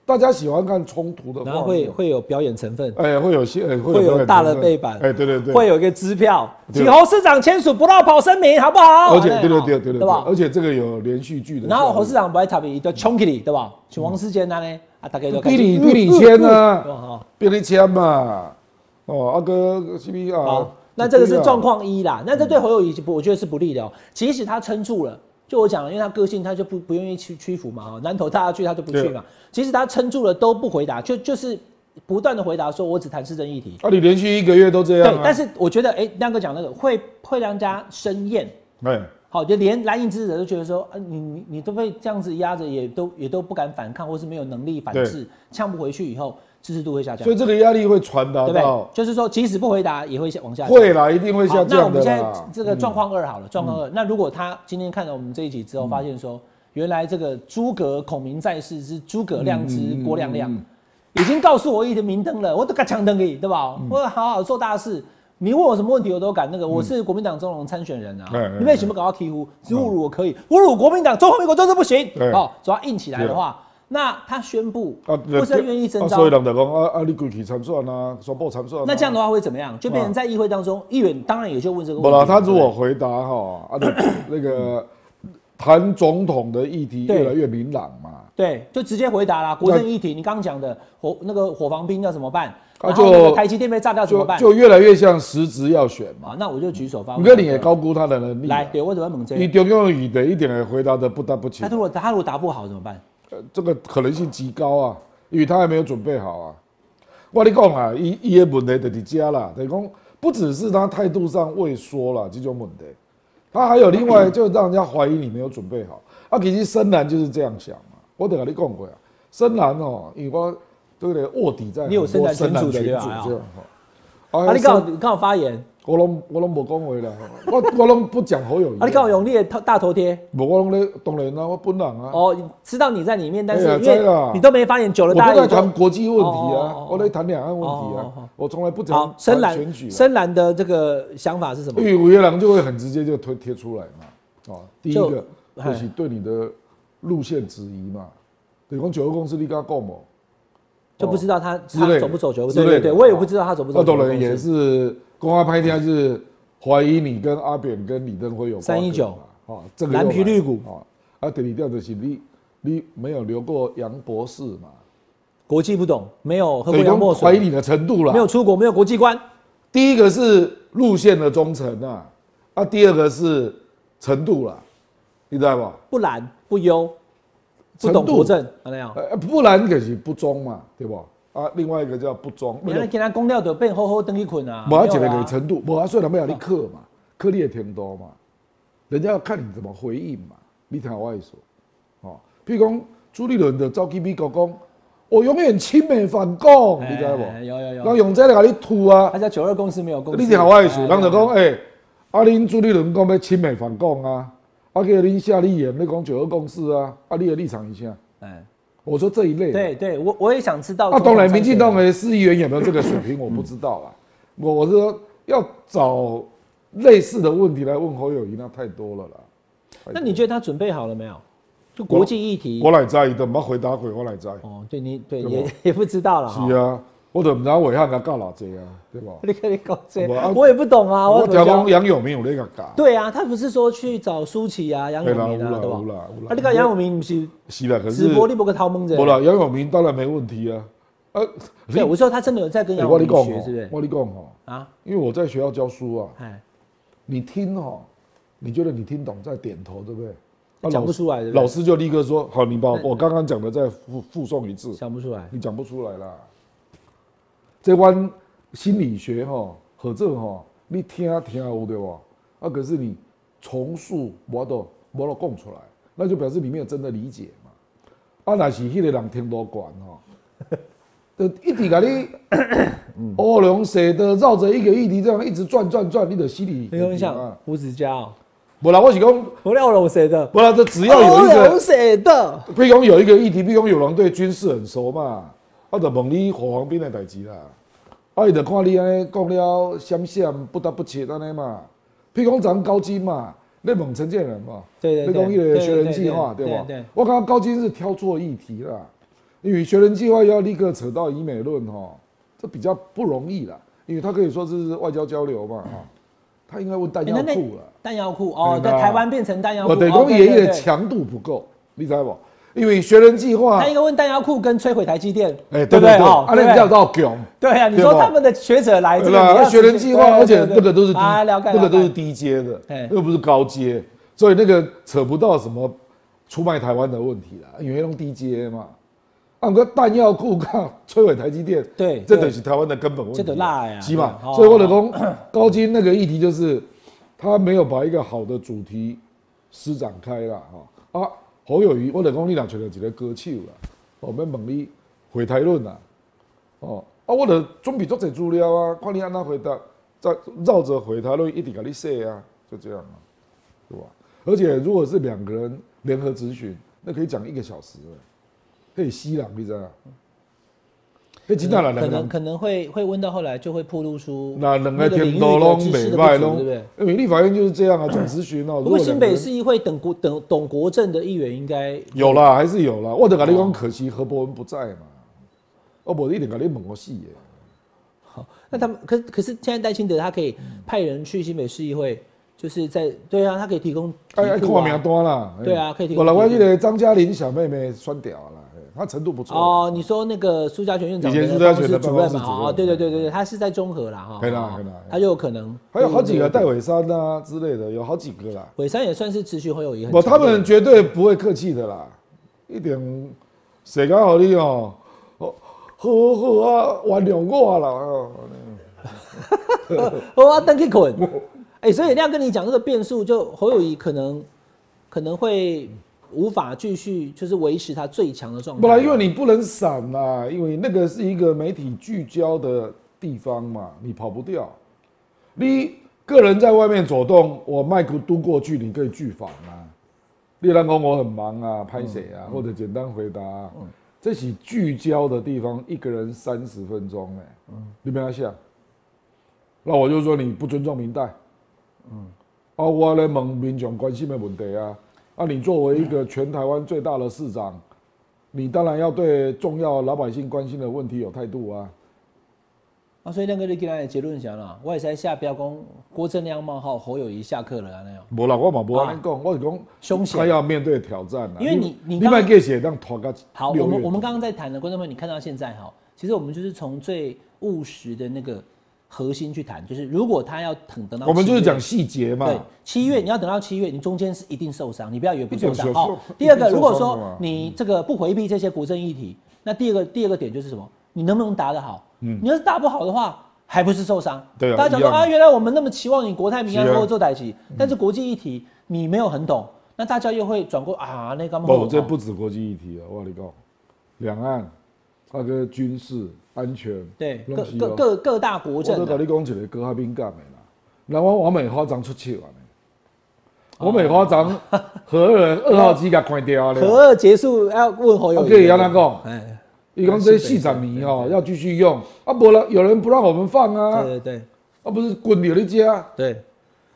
[SPEAKER 1] 大家喜欢看冲突的
[SPEAKER 2] 然后
[SPEAKER 1] 话，
[SPEAKER 2] 会会有表演成分，
[SPEAKER 1] 哎会有些哎
[SPEAKER 2] 会有大的背
[SPEAKER 1] 背
[SPEAKER 2] 板，
[SPEAKER 1] 哎对对对，
[SPEAKER 2] 会有一个支票，
[SPEAKER 1] 对
[SPEAKER 2] 请侯市长签署不绕跑声明，好不好？
[SPEAKER 1] 而且
[SPEAKER 2] 安内
[SPEAKER 1] 对对
[SPEAKER 2] 好
[SPEAKER 1] 对对对
[SPEAKER 2] 哦对
[SPEAKER 1] 对，
[SPEAKER 2] 吧
[SPEAKER 1] 而？且这个有连续剧的效应，
[SPEAKER 2] 然后侯市长不爱差别，就冲起你，对吧？像王世坚那呢，啊，大概就
[SPEAKER 1] 比你比你签
[SPEAKER 2] 哦
[SPEAKER 1] 啊，
[SPEAKER 2] 哦
[SPEAKER 1] 比你签嘛，哦阿哥 C P 啊
[SPEAKER 2] 好，，那这个是状况一啦。那这
[SPEAKER 1] 嗯
[SPEAKER 2] 对侯友谊就不，我觉得是不利的哦。即使他撑住了，就我讲了，因为他个性，他就不不愿意屈屈服嘛。哈，哦南投大家去，他就不去嘛。即使他撑住了，都不回答，就就是不断的回答说，我只谈市政议题。
[SPEAKER 1] 啊你连续一个月都这样
[SPEAKER 2] 对
[SPEAKER 1] 啊，，
[SPEAKER 2] 但是我觉得，哎，亮哥讲那个会会让人家生厌，
[SPEAKER 1] 哎
[SPEAKER 2] 好，就连蓝营支持者都觉得说，啊，你你你都被这样子压着，也都也都不敢反抗，或是没有能力反制，呛不回去以后，支持度会下降，
[SPEAKER 1] 所以这个压力会传达
[SPEAKER 2] 对不对
[SPEAKER 1] 到？，
[SPEAKER 2] 就是说，即使不回答，也会下往下降。
[SPEAKER 1] 会啦，一定会
[SPEAKER 2] 好
[SPEAKER 1] 下，
[SPEAKER 2] 那我
[SPEAKER 1] 降
[SPEAKER 2] 们
[SPEAKER 1] 的
[SPEAKER 2] 现在
[SPEAKER 1] 啦。嗯
[SPEAKER 2] 这个状况二好了，状况二。那如果他今天看了我们这一集之后，发现说，原来这个诸葛孔明在世之诸葛亮
[SPEAKER 1] 嗯
[SPEAKER 2] 之郭亮亮，已经告诉我一的明灯了，我都敢抢灯给，对吧？
[SPEAKER 1] 嗯
[SPEAKER 2] 我好好做大事。你问我什么问题，我都敢那个。我是国民党中荣参选人啊
[SPEAKER 1] 哎哎，
[SPEAKER 2] 你们有什么搞到醍醐？侮辱我可以，侮辱国民党、中华民国就是不行
[SPEAKER 1] 对。
[SPEAKER 2] 哦，只要硬起来的话，那他宣布不是愿意征
[SPEAKER 1] 嗯啊
[SPEAKER 2] 召
[SPEAKER 1] 所以，人就讲啊啊，你过去参选啊，宣布参选啊。
[SPEAKER 2] 那这样的话会怎么样？就变成在议会当中，议员当然也就问这个问
[SPEAKER 1] 嗯不
[SPEAKER 2] 题。
[SPEAKER 1] 啦，他
[SPEAKER 2] 对不
[SPEAKER 1] 如
[SPEAKER 2] 对
[SPEAKER 1] 果回答哈，啊， 那那个谈总统的议题
[SPEAKER 2] 对
[SPEAKER 1] 越来越明朗嘛，
[SPEAKER 2] 对，就直接回答啦。国政议题，你刚刚讲的火那个火防兵要怎么办？
[SPEAKER 1] 啊
[SPEAKER 2] 然后那个
[SPEAKER 1] 就
[SPEAKER 2] 台积电被炸掉怎么
[SPEAKER 1] 就
[SPEAKER 2] 办？
[SPEAKER 1] 就越来越像实质要选嘛。
[SPEAKER 2] 啊，那我就举手发问。
[SPEAKER 1] 你哥，你也高估他的能力啊。
[SPEAKER 2] 来，对我怎么猛
[SPEAKER 1] 你
[SPEAKER 2] 追？
[SPEAKER 1] 中用语的一点也回答的不得不起
[SPEAKER 2] 他，如果他如果答不好怎么办？
[SPEAKER 1] 呃这个可能性极高啊，因为他还没有准备好啊。我跟你讲啊，伊伊的问题就是这啦，等于讲不只是他态度上畏缩啦，这种问题，他还有另外就让人家怀疑你没有准备好。啊，其实深蓝就是这样想嘛，我等下你讲过啊，深蓝哦，因为我对不对卧底在
[SPEAKER 2] 你有
[SPEAKER 1] 很多
[SPEAKER 2] 深
[SPEAKER 1] 深
[SPEAKER 2] 蓝
[SPEAKER 1] 蓝
[SPEAKER 2] 群组的
[SPEAKER 1] 群
[SPEAKER 2] 对
[SPEAKER 1] 组
[SPEAKER 2] 吧
[SPEAKER 1] 这样哈。
[SPEAKER 2] 啊，
[SPEAKER 1] 啊
[SPEAKER 2] 你告你告发言，
[SPEAKER 1] 我拢我拢无讲话啦，我我拢不讲侯友谊。
[SPEAKER 2] 啊，你告用你的头大头贴。
[SPEAKER 1] 无我拢咧当然啦，我本人啊。
[SPEAKER 2] 哦，知道你在里面，但是
[SPEAKER 1] 哎呀
[SPEAKER 2] 因为
[SPEAKER 1] 这个
[SPEAKER 2] 你都没发言，久了
[SPEAKER 1] 我不
[SPEAKER 2] 大家
[SPEAKER 1] 在
[SPEAKER 2] 也就
[SPEAKER 1] 谈国际问题
[SPEAKER 2] 哦哦
[SPEAKER 1] 啊，
[SPEAKER 2] 哦
[SPEAKER 1] 我在谈两岸问题
[SPEAKER 2] 哦哦哦
[SPEAKER 1] 啊，我从来不
[SPEAKER 2] 好
[SPEAKER 1] 讲。
[SPEAKER 2] 深
[SPEAKER 1] 选举
[SPEAKER 2] 蓝
[SPEAKER 1] 啊，哎
[SPEAKER 2] 深蓝的这个想法是什么
[SPEAKER 1] 因？为五月郎就会很直接就推贴出来嘛，啊，第一
[SPEAKER 2] 就
[SPEAKER 1] 个
[SPEAKER 2] 哎
[SPEAKER 1] 就是对你的路线质疑嘛，对，讲九个公司你跟他共谋，
[SPEAKER 2] 就不知道他
[SPEAKER 1] 之类
[SPEAKER 2] 他
[SPEAKER 1] 的
[SPEAKER 2] 走不走球，
[SPEAKER 1] 之
[SPEAKER 2] 对
[SPEAKER 1] 类的
[SPEAKER 2] 对对，我也不知道他走不走
[SPEAKER 1] 那
[SPEAKER 2] 球。
[SPEAKER 1] 当啊然也是公安拍天是怀疑你跟阿扁跟李登辉有瓜葛嘛
[SPEAKER 2] 319
[SPEAKER 1] 啊，这个
[SPEAKER 2] 蓝皮
[SPEAKER 1] 又来
[SPEAKER 2] 绿股
[SPEAKER 1] 啊，啊，对你掉的是你你没有留过杨博士嘛，
[SPEAKER 2] 国际不懂，没有
[SPEAKER 1] 所
[SPEAKER 2] 喝过
[SPEAKER 1] 以
[SPEAKER 2] 洋墨
[SPEAKER 1] 讲怀疑
[SPEAKER 2] 水，
[SPEAKER 1] 你的程度啦，
[SPEAKER 2] 没有出国，没有国际观。
[SPEAKER 1] 第一个是路线的忠诚啊，啊，第二个是程度啦，你知道吧？
[SPEAKER 2] 不懒不忧，不
[SPEAKER 1] 程
[SPEAKER 2] 懂
[SPEAKER 1] 度
[SPEAKER 2] 国政，怎么样？
[SPEAKER 1] 呃，不然就是不忠嘛，对不？啊，另外一个叫不忠，
[SPEAKER 2] 你来
[SPEAKER 1] 没
[SPEAKER 2] 给他公料的变厚厚登去捆啊！嗯
[SPEAKER 1] 有一
[SPEAKER 2] 没
[SPEAKER 1] 个
[SPEAKER 2] 有
[SPEAKER 1] 有
[SPEAKER 2] 啦
[SPEAKER 1] 程度，没啊，虽然没有你克嘛，克你也挺多嘛，人家要看你怎么回应嘛，你听我意思，哦，譬如讲朱立伦的召去美国讲，我永远亲美反共，你知道不？
[SPEAKER 2] 哎有有
[SPEAKER 1] 那
[SPEAKER 2] 有，
[SPEAKER 1] 用这个给你吐啊
[SPEAKER 2] 他，叫九二公司没有公司，
[SPEAKER 1] 你听我的事，
[SPEAKER 2] 哎
[SPEAKER 1] 人就讲，诶、啊，恁朱立伦讲要亲美反共啊，啊，叫恁夏立言咧讲九二共识啊，啊，你的立场一下，
[SPEAKER 2] 哎，
[SPEAKER 1] 我说这一类，，
[SPEAKER 2] 对对，我我也想知道。
[SPEAKER 1] 啊，当然，民进党
[SPEAKER 2] 哎，
[SPEAKER 1] 的市议员有没有这个水平，我不知道啦。我我是说要找类似的问题来问侯友谊，那太多了啦。
[SPEAKER 2] 那你觉得他准备好了没有？就国际议题
[SPEAKER 1] 我，来在意的，冇回答鬼，我来在。
[SPEAKER 2] 哦，对你对
[SPEAKER 1] 对
[SPEAKER 2] 也
[SPEAKER 1] 不
[SPEAKER 2] 也不知道了哈
[SPEAKER 1] 是。啊，我都唔知道伟汉他教哪济啊，对吧？
[SPEAKER 2] 你跟你搞这
[SPEAKER 1] 我啊，
[SPEAKER 2] 我也不懂啊，
[SPEAKER 1] 我
[SPEAKER 2] 我怎
[SPEAKER 1] 听
[SPEAKER 2] 么
[SPEAKER 1] 讲
[SPEAKER 2] 讲？
[SPEAKER 1] 杨友明有咧个教，
[SPEAKER 2] 对啊，他不是说去找舒淇啊、杨
[SPEAKER 1] 对啦，有
[SPEAKER 2] 永明
[SPEAKER 1] 啦
[SPEAKER 2] 啊，
[SPEAKER 1] 有
[SPEAKER 2] 对吧？
[SPEAKER 1] 啦有
[SPEAKER 2] 啊，
[SPEAKER 1] 啦。
[SPEAKER 2] 你看杨永明不是
[SPEAKER 1] 是啦，可是
[SPEAKER 2] 直播，你不个掏蒙着
[SPEAKER 1] 不？啦，杨永明当然没问题啊。呃，你
[SPEAKER 2] 对，我说他真的有在跟
[SPEAKER 1] 欸
[SPEAKER 2] 杨
[SPEAKER 1] 我
[SPEAKER 2] 永
[SPEAKER 1] 跟
[SPEAKER 2] 明
[SPEAKER 1] 你讲
[SPEAKER 2] 学，是不
[SPEAKER 1] 哦
[SPEAKER 2] 是，？
[SPEAKER 1] 我跟你讲哦，
[SPEAKER 2] 啊，
[SPEAKER 1] 因为我在学校教书啊，
[SPEAKER 2] 哎。
[SPEAKER 1] 你听哦，你觉得你听懂再点头，对不对？啊
[SPEAKER 2] 讲
[SPEAKER 1] 老
[SPEAKER 2] 不
[SPEAKER 1] 师
[SPEAKER 2] 出来，对不对
[SPEAKER 1] 老师就立刻说：“好，你把
[SPEAKER 2] 那
[SPEAKER 1] 我刚刚讲的再附附送一次。
[SPEAKER 2] 想不出来”。
[SPEAKER 1] 你讲不出来啦。这关心理学哈、哦，和这哈、哦，你听听有对吧？啊，可是你重述我都我都讲出来，那就表示你没有真的理解嘛。啊，那是迄个人听多管哈、哦， 就一直 给你欧龙蛇的绕着一个议题这样一直转转转，你的心理
[SPEAKER 2] 你有印
[SPEAKER 1] 啊
[SPEAKER 2] 象？胡子佳、哦，
[SPEAKER 1] 不啦，我是讲，
[SPEAKER 2] 我廖龙谁的？
[SPEAKER 1] 不啦，这只要哦有一个。
[SPEAKER 2] 谁的？
[SPEAKER 1] 比如讲有一个议题，比如讲有人对军事很熟嘛，我就问你火黄兵的代志啦，啊，伊就看你安尼讲了闪闪不得不切安尼嘛。比如讲咱高金嘛，你问陈建仁嘛，
[SPEAKER 2] 对对
[SPEAKER 1] 你
[SPEAKER 2] 对
[SPEAKER 1] 讲伊个学人计划
[SPEAKER 2] 对
[SPEAKER 1] 对
[SPEAKER 2] 对
[SPEAKER 1] 吧
[SPEAKER 2] 对对？
[SPEAKER 1] 我感觉高金是挑错议题啦，因为学人计划要立刻扯到以美论哈，这比较不容易啦，因为他可以说这是外交交流嘛哈，他应该问弹
[SPEAKER 2] 嗯哎
[SPEAKER 1] 药
[SPEAKER 2] 那那
[SPEAKER 1] 库了。
[SPEAKER 2] 弹药库哦，
[SPEAKER 1] 对
[SPEAKER 2] 在
[SPEAKER 1] 啦
[SPEAKER 2] 台湾变成弹药库。
[SPEAKER 1] 我等于
[SPEAKER 2] 哦
[SPEAKER 1] 讲
[SPEAKER 2] 对
[SPEAKER 1] 爷爷
[SPEAKER 2] 对
[SPEAKER 1] 的
[SPEAKER 2] 对
[SPEAKER 1] 强度不够，你知道不？因为学人计划
[SPEAKER 2] 他应该问弹药库跟摧毁台积电，
[SPEAKER 1] 哎，对
[SPEAKER 2] 对不
[SPEAKER 1] 对对，
[SPEAKER 2] 哦
[SPEAKER 1] 啊，
[SPEAKER 2] 对
[SPEAKER 1] 那
[SPEAKER 2] 不
[SPEAKER 1] 叫
[SPEAKER 2] 对
[SPEAKER 1] 到囧，
[SPEAKER 2] 对啊，你
[SPEAKER 1] 对
[SPEAKER 2] 说
[SPEAKER 1] 吧
[SPEAKER 2] 他们的学者来这
[SPEAKER 1] 对
[SPEAKER 2] 个你要
[SPEAKER 1] 啦，学人
[SPEAKER 2] 直接
[SPEAKER 1] 计划，
[SPEAKER 2] 对
[SPEAKER 1] 而且
[SPEAKER 2] 对对
[SPEAKER 1] 那个都是低
[SPEAKER 2] 啊，了解，
[SPEAKER 1] 那个都是
[SPEAKER 2] 了解
[SPEAKER 1] 低阶的
[SPEAKER 2] 哎，
[SPEAKER 1] 又不是高阶，所以那个扯不到什么出卖台湾的问题啦，因为用低阶嘛。啊，我弹药库靠摧毁台积电，
[SPEAKER 2] 对
[SPEAKER 1] 这
[SPEAKER 2] 对
[SPEAKER 1] 等是台湾的根本问题，啊
[SPEAKER 2] 这就辣呀
[SPEAKER 1] 起码
[SPEAKER 2] 对，哦
[SPEAKER 1] 所以我的公高金那个议题就是，他没有把一个好的主题施展开啦吼。啊，侯友谊，我就讲你若找到一个歌手啦，我要问你回台论啦，哦，啊，我就准备足侪资料啊，看你安怎回答，再绕着回台论一直甲你说啊，就这样啊，对吧？而且如果是两个人联合咨询，那可以讲一个小时了，可以吸朗，你知道吗？那真的啦，
[SPEAKER 2] 可
[SPEAKER 1] 啊两个
[SPEAKER 2] 能
[SPEAKER 1] 人
[SPEAKER 2] 可能会会问到后来就会铺露出
[SPEAKER 1] 那两
[SPEAKER 2] 那
[SPEAKER 1] 个
[SPEAKER 2] 领域
[SPEAKER 1] 天都
[SPEAKER 2] 的
[SPEAKER 1] 拢
[SPEAKER 2] 知识
[SPEAKER 1] 袂
[SPEAKER 2] 的
[SPEAKER 1] 歹
[SPEAKER 2] 不
[SPEAKER 1] 拢
[SPEAKER 2] 足，对不对？，
[SPEAKER 1] 因为立法院就是这样啊，总咨询哦。
[SPEAKER 2] 不
[SPEAKER 1] 如
[SPEAKER 2] 过
[SPEAKER 1] 果
[SPEAKER 2] 新
[SPEAKER 1] 两个
[SPEAKER 2] 北
[SPEAKER 1] 人
[SPEAKER 2] 市议会等国等董国政的议员应该
[SPEAKER 1] 有啦，还是有啦。我得跟你讲，可惜何伯文不在嘛。我不一定跟你问我死耶。
[SPEAKER 2] 好，那他们可可是现在戴清德他可以派人去新北市议会，就是在对啊，他可以提供
[SPEAKER 1] 哎哎，看
[SPEAKER 2] 题库啊
[SPEAKER 1] 名单啦。哎
[SPEAKER 2] 对啊可以提
[SPEAKER 1] 我来，我
[SPEAKER 2] 提
[SPEAKER 1] 记得张嘉玲小妹妹酸屌啦，哎她程度不错。
[SPEAKER 2] 哦，你说那个苏家全院长
[SPEAKER 1] 以前
[SPEAKER 2] 的
[SPEAKER 1] 苏家
[SPEAKER 2] 办公
[SPEAKER 1] 全
[SPEAKER 2] 室
[SPEAKER 1] 的
[SPEAKER 2] 主任
[SPEAKER 1] 办公室主
[SPEAKER 2] 嘛？
[SPEAKER 1] 任
[SPEAKER 2] 哦，对对对对对，他是在中和啦哈，
[SPEAKER 1] 对啦
[SPEAKER 2] 哦
[SPEAKER 1] 对啦
[SPEAKER 2] 他就有可能
[SPEAKER 1] 还有好几个戴
[SPEAKER 2] 对对对
[SPEAKER 1] 伟山啊之类的，有好几个啦。
[SPEAKER 2] 对伟山也算是持续会有一个很
[SPEAKER 1] 我他
[SPEAKER 2] 强烈
[SPEAKER 1] 们
[SPEAKER 2] 的
[SPEAKER 1] 绝对不会客气的啦，一点谁敢好你哦、哦，好好啊，原谅我啦。哦
[SPEAKER 2] 哦，我要登去滚。 哎、所以亮跟你讲这个变数，就侯友谊可能可能会无法继续，就是维持他最强的状态。啊
[SPEAKER 1] 本来因为你不能闪啦，因为那个是一个媒体聚焦的地方嘛，你跑不掉。你个人在外面走动，我麦克嘟过去，你可以拒访啊。例如讲我很忙啊，拍谁
[SPEAKER 2] 嗯
[SPEAKER 1] 啊，或者简单回答、啊。这是聚焦的地方，一个人三十分钟哎、你不要想。那我就说你不尊重明代，嗯，啊，我来问民众关心的问题啊，啊，你作为一个全台湾最大的市长，你当然要对重要老百姓关心的问题有态度啊。
[SPEAKER 2] 啊，所以亮哥你给他的结论想了，我也是在下标公郭正亮冒号侯友谊下课了啊那样。
[SPEAKER 1] 无啦，我嘛无安尼讲，我是讲
[SPEAKER 2] 凶险
[SPEAKER 1] 他要面对挑战啊。
[SPEAKER 2] 因为你你
[SPEAKER 1] 你
[SPEAKER 2] 刚
[SPEAKER 1] 卖给写让拖个
[SPEAKER 2] 好，我们我们刚刚在谈的观众朋友，你看到现在哈，其实我们就是从最务实的那个核心去谈，就是如果他要等等到
[SPEAKER 1] 我们就是
[SPEAKER 2] 七月
[SPEAKER 1] 讲细节嘛哦
[SPEAKER 2] 对，，七月你要等到七月，你中间是一定受伤，你不要以为不受
[SPEAKER 1] 一定
[SPEAKER 2] 伤
[SPEAKER 1] 有
[SPEAKER 2] 哦
[SPEAKER 1] 受。
[SPEAKER 2] 第二个，
[SPEAKER 1] 一定受伤的
[SPEAKER 2] 如果说
[SPEAKER 1] 嘛嗯
[SPEAKER 2] 你这个不回避这些国政议题，那第二个第二个点就是什么？你能不能答得好？你要是答不好的话，还不是受伤？
[SPEAKER 1] 嗯对啊
[SPEAKER 2] 大家讲说
[SPEAKER 1] 一样
[SPEAKER 2] 啊，原来我们那么期望你国泰民安，
[SPEAKER 1] 是啊
[SPEAKER 2] 或者做代起，但是国际议题你没有很懂，那大家又会转过啊，那个嘛
[SPEAKER 1] 不，这不止国际议题啊，我跟你讲，两岸那个军事安全，
[SPEAKER 2] 对各
[SPEAKER 1] 拢是哦
[SPEAKER 2] 各各各大国
[SPEAKER 1] 我都
[SPEAKER 2] 政
[SPEAKER 1] 跟
[SPEAKER 2] 啊
[SPEAKER 1] 你讲一个高较敏感的啦，那我我美花长出手啊呢，我美花 长核二二号机给关掉
[SPEAKER 2] 可
[SPEAKER 1] 了，
[SPEAKER 2] 二结束要问侯友
[SPEAKER 1] 啊可以
[SPEAKER 2] 宜
[SPEAKER 1] 要他讲
[SPEAKER 2] 哎，
[SPEAKER 1] 伊讲这细长泥哦要继续用，啊不然有人不让我们放啊，
[SPEAKER 2] 对对对
[SPEAKER 1] 啊不是滚你的家，
[SPEAKER 2] 对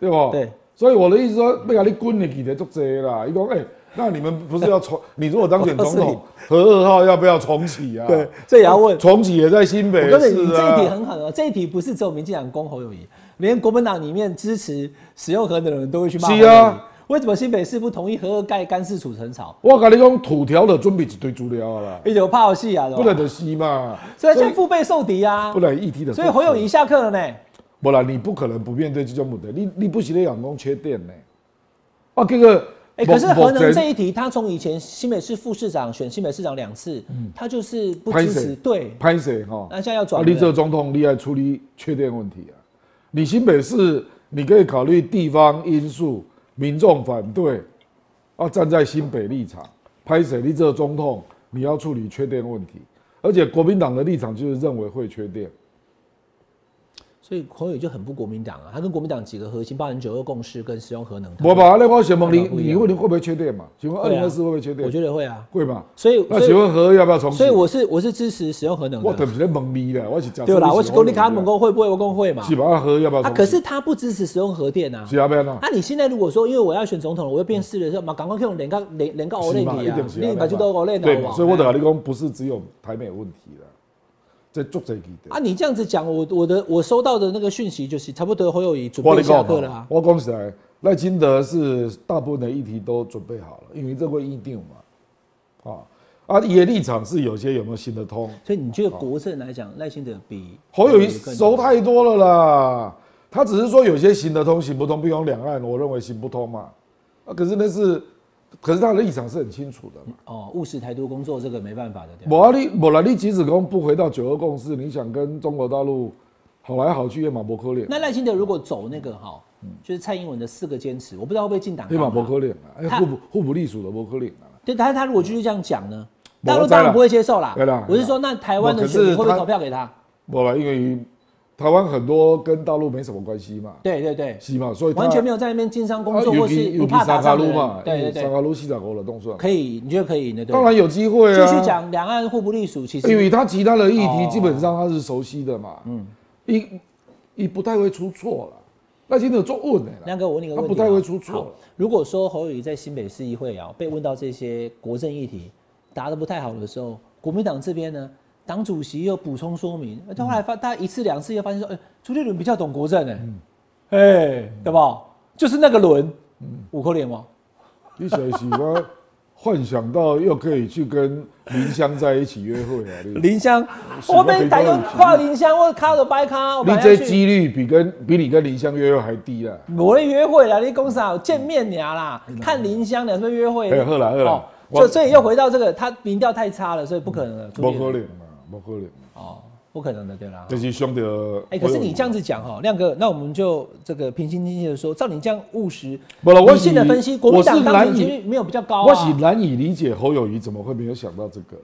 [SPEAKER 1] 对不？
[SPEAKER 2] 对。
[SPEAKER 1] 所以我的意思说，要给你滚你去的就多啦。伊讲哎，那你们不是要 重？你如果当选总
[SPEAKER 2] 我告诉
[SPEAKER 1] 统，核二号要不要重启啊？
[SPEAKER 2] 对，，这也要问。
[SPEAKER 1] 重启也在新北市
[SPEAKER 2] 我告
[SPEAKER 1] 啊。
[SPEAKER 2] 诉你，你这一题很狠哦，这一题不是只有民进党攻侯友谊，连国民党里面支持使用核能的人都会去骂侯友宜
[SPEAKER 1] 是啊
[SPEAKER 2] 为什么新北市不同意核二盖干式储存槽？
[SPEAKER 1] 我跟你讲，土条就准备一堆资料啊啦，
[SPEAKER 2] 一九怕好戏啊，对吧
[SPEAKER 1] 不然就是嘛。
[SPEAKER 2] 所以现在腹背受敌啊
[SPEAKER 1] 不，然议题的。
[SPEAKER 2] 所以侯友谊，下课了呢。
[SPEAKER 1] 不然你不可能不面对这种问题，你你不是咧讲讲缺点呢？啊，这个，
[SPEAKER 2] 哎、可是
[SPEAKER 1] 目
[SPEAKER 2] 核能
[SPEAKER 1] 目前
[SPEAKER 2] 这一题，他从以前新北市副市长选新北市长两次，他就是不
[SPEAKER 1] 嗯拍
[SPEAKER 2] 支
[SPEAKER 1] 谁
[SPEAKER 2] 持，对，
[SPEAKER 1] 拍谁哈？
[SPEAKER 2] 那现在要转
[SPEAKER 1] 啊
[SPEAKER 2] 了
[SPEAKER 1] 你这个总统你要处理缺点问题啊。你新北市你可以考虑地方因素，民众反对，啊，站在新北立场，拍谁？你这个总统你要处理缺点问题，而且国民党的立场就是认为会缺点。
[SPEAKER 2] 所以侯友宜就很不国民党啊，他跟国民党几个核心，包含九二共识跟使用核能，
[SPEAKER 1] 我吧，那我想问你，
[SPEAKER 2] 不一样
[SPEAKER 1] 你问你会不会缺电嘛？请问二
[SPEAKER 2] 对
[SPEAKER 1] 零
[SPEAKER 2] 啊
[SPEAKER 1] 二四会不会缺电？
[SPEAKER 2] 我觉得会啊，
[SPEAKER 1] 会嘛？
[SPEAKER 2] 所以
[SPEAKER 1] 那
[SPEAKER 2] 所以
[SPEAKER 1] 请问核要不要重启？
[SPEAKER 2] 所以我是我是支持使用核能
[SPEAKER 1] 我
[SPEAKER 2] 的
[SPEAKER 1] 等。不是懵逼的，我是讲
[SPEAKER 2] 对啦，我是公立卡门工会不会？我工会嘛
[SPEAKER 1] 是。吧？核要不要
[SPEAKER 2] 啊，
[SPEAKER 1] 重启？
[SPEAKER 2] 可是他不支持使用核电啊。
[SPEAKER 1] 是要不要呢？
[SPEAKER 2] 啊，你现在如果说，因为我要选总统了，我要变市的时候，嘛，赶快去用连个连连个欧
[SPEAKER 1] 是
[SPEAKER 2] 内
[SPEAKER 1] 嘛
[SPEAKER 2] 比
[SPEAKER 1] 一
[SPEAKER 2] 啊
[SPEAKER 1] 定，是
[SPEAKER 2] 你把去都欧内
[SPEAKER 1] 对嘛？所以我
[SPEAKER 2] 的
[SPEAKER 1] 等你讲，不是只有台美有问题了，这足侪记
[SPEAKER 2] 啊，
[SPEAKER 1] 得。
[SPEAKER 2] 你这样子讲，我我的我收到的那个讯息就是，差不多侯友谊准
[SPEAKER 1] 我
[SPEAKER 2] 备
[SPEAKER 1] 跟你
[SPEAKER 2] 下
[SPEAKER 1] 讲
[SPEAKER 2] 课了
[SPEAKER 1] 嘛
[SPEAKER 2] 啊，。
[SPEAKER 1] 我讲实在，赖清德是大部分的议题都准备好了，因为这会议定嘛，啊啊，他的立场是有些有没有行得通？
[SPEAKER 2] 所以你觉得国政来讲，赖清德比
[SPEAKER 1] 哦侯友谊
[SPEAKER 2] 更
[SPEAKER 1] 熟太多了啦，他只是说有些行得通，行不通，不用两岸，我认为行不通嘛。啊，可是那是，可是他的立场是很清楚的嘛。
[SPEAKER 2] 哦务实台独工作，这个没办法的。对吧
[SPEAKER 1] 无啊，你无啦，你即使讲不回到九二共识，你想跟中国大陆好来好去也嘛无可能。
[SPEAKER 2] 那赖清德如果走那个哈就是蔡英文的四个坚持，我不知道会不会进党
[SPEAKER 1] 嗯黑
[SPEAKER 2] 纲
[SPEAKER 1] 马
[SPEAKER 2] 啊。
[SPEAKER 1] 伯克令啊，哎
[SPEAKER 2] 他
[SPEAKER 1] 互补互补隶属的伯克令啊，
[SPEAKER 2] 对，但是他如果继续这样讲呢，
[SPEAKER 1] 没
[SPEAKER 2] 大陆
[SPEAKER 1] 知
[SPEAKER 2] 当
[SPEAKER 1] 嗯啦
[SPEAKER 2] 然不会接受啦。
[SPEAKER 1] 对啦哦
[SPEAKER 2] 我是说，那台湾的
[SPEAKER 1] 可是
[SPEAKER 2] 选民会不会
[SPEAKER 1] 他
[SPEAKER 2] 投票给他？
[SPEAKER 1] 不了，因为台湾很多跟大陆没什么关系嘛，
[SPEAKER 2] 对对对，
[SPEAKER 1] 是嘛，所以他
[SPEAKER 2] 完全没有在那边经商工作，
[SPEAKER 1] 啊
[SPEAKER 2] 或
[SPEAKER 1] 尤其
[SPEAKER 2] 是不
[SPEAKER 1] 尤其
[SPEAKER 2] 怕打
[SPEAKER 1] 沙
[SPEAKER 2] 仗
[SPEAKER 1] 卡
[SPEAKER 2] 的
[SPEAKER 1] 路
[SPEAKER 2] 人
[SPEAKER 1] 嘛，哎
[SPEAKER 2] 对对
[SPEAKER 1] 沙
[SPEAKER 2] 对，
[SPEAKER 1] 卡路西长国的动算，
[SPEAKER 2] 可以，你觉得可以的，对。
[SPEAKER 1] 当然有机会
[SPEAKER 2] 继
[SPEAKER 1] 啊。
[SPEAKER 2] 续讲两岸互不隶属，其实
[SPEAKER 1] 因为他其他的议题
[SPEAKER 2] 哦
[SPEAKER 1] 基本上他是熟悉的嘛，嗯，一一不太会出错了，那今天有做问的啦，
[SPEAKER 2] 亮哥，我问你一个
[SPEAKER 1] 他
[SPEAKER 2] 问
[SPEAKER 1] 不
[SPEAKER 2] 题，啊
[SPEAKER 1] 太会出错
[SPEAKER 2] 好。如果说侯友宜在新北市议会啊被问到这些国政议题答得不太好的时候，国民党这边呢，党主席又补充说明，
[SPEAKER 1] 嗯
[SPEAKER 2] 呃他后来发大家一次两次又发现说，哎、朱立伦比较懂国政哎、
[SPEAKER 1] 嗯
[SPEAKER 2] 哎、对吧？就是那个轮，
[SPEAKER 1] 嗯
[SPEAKER 2] 五颗脸吗？
[SPEAKER 1] 你想喜欢幻想到又可以去跟林香在一起约会啊，你
[SPEAKER 2] 林香，
[SPEAKER 1] 什么
[SPEAKER 2] 我被打用
[SPEAKER 1] 北高
[SPEAKER 2] 跨林香，我卡都掰 卡，我
[SPEAKER 1] 你
[SPEAKER 2] 本来要
[SPEAKER 1] 这
[SPEAKER 2] 去
[SPEAKER 1] 几率比跟比你跟林香约会还低啦。
[SPEAKER 2] 我的约会啦，你公司啊见面俩啦，看林香俩是不是约会？
[SPEAKER 1] 嗯哎好啦好啦
[SPEAKER 2] 哦
[SPEAKER 1] 我
[SPEAKER 2] 就所以又回到这个，他民调太差了，所以不可能了，
[SPEAKER 1] 不
[SPEAKER 2] 朱立
[SPEAKER 1] 可
[SPEAKER 2] 伦
[SPEAKER 1] 能嘛，不可能嘛，
[SPEAKER 2] 哦，不可能的，对啦。
[SPEAKER 1] 这是兄弟的。
[SPEAKER 2] 啊哎、可是你这样子讲哈，亮哥，那我们就这个平心静气的说，照你这样务实、
[SPEAKER 1] 不了我
[SPEAKER 2] 理性的
[SPEAKER 1] 以
[SPEAKER 2] 分析，国民
[SPEAKER 1] 我
[SPEAKER 2] 党
[SPEAKER 1] 是
[SPEAKER 2] 当选
[SPEAKER 1] 难以
[SPEAKER 2] 几率没有比较高啊。
[SPEAKER 1] 我是难以理解侯友谊怎么会没有想到这个。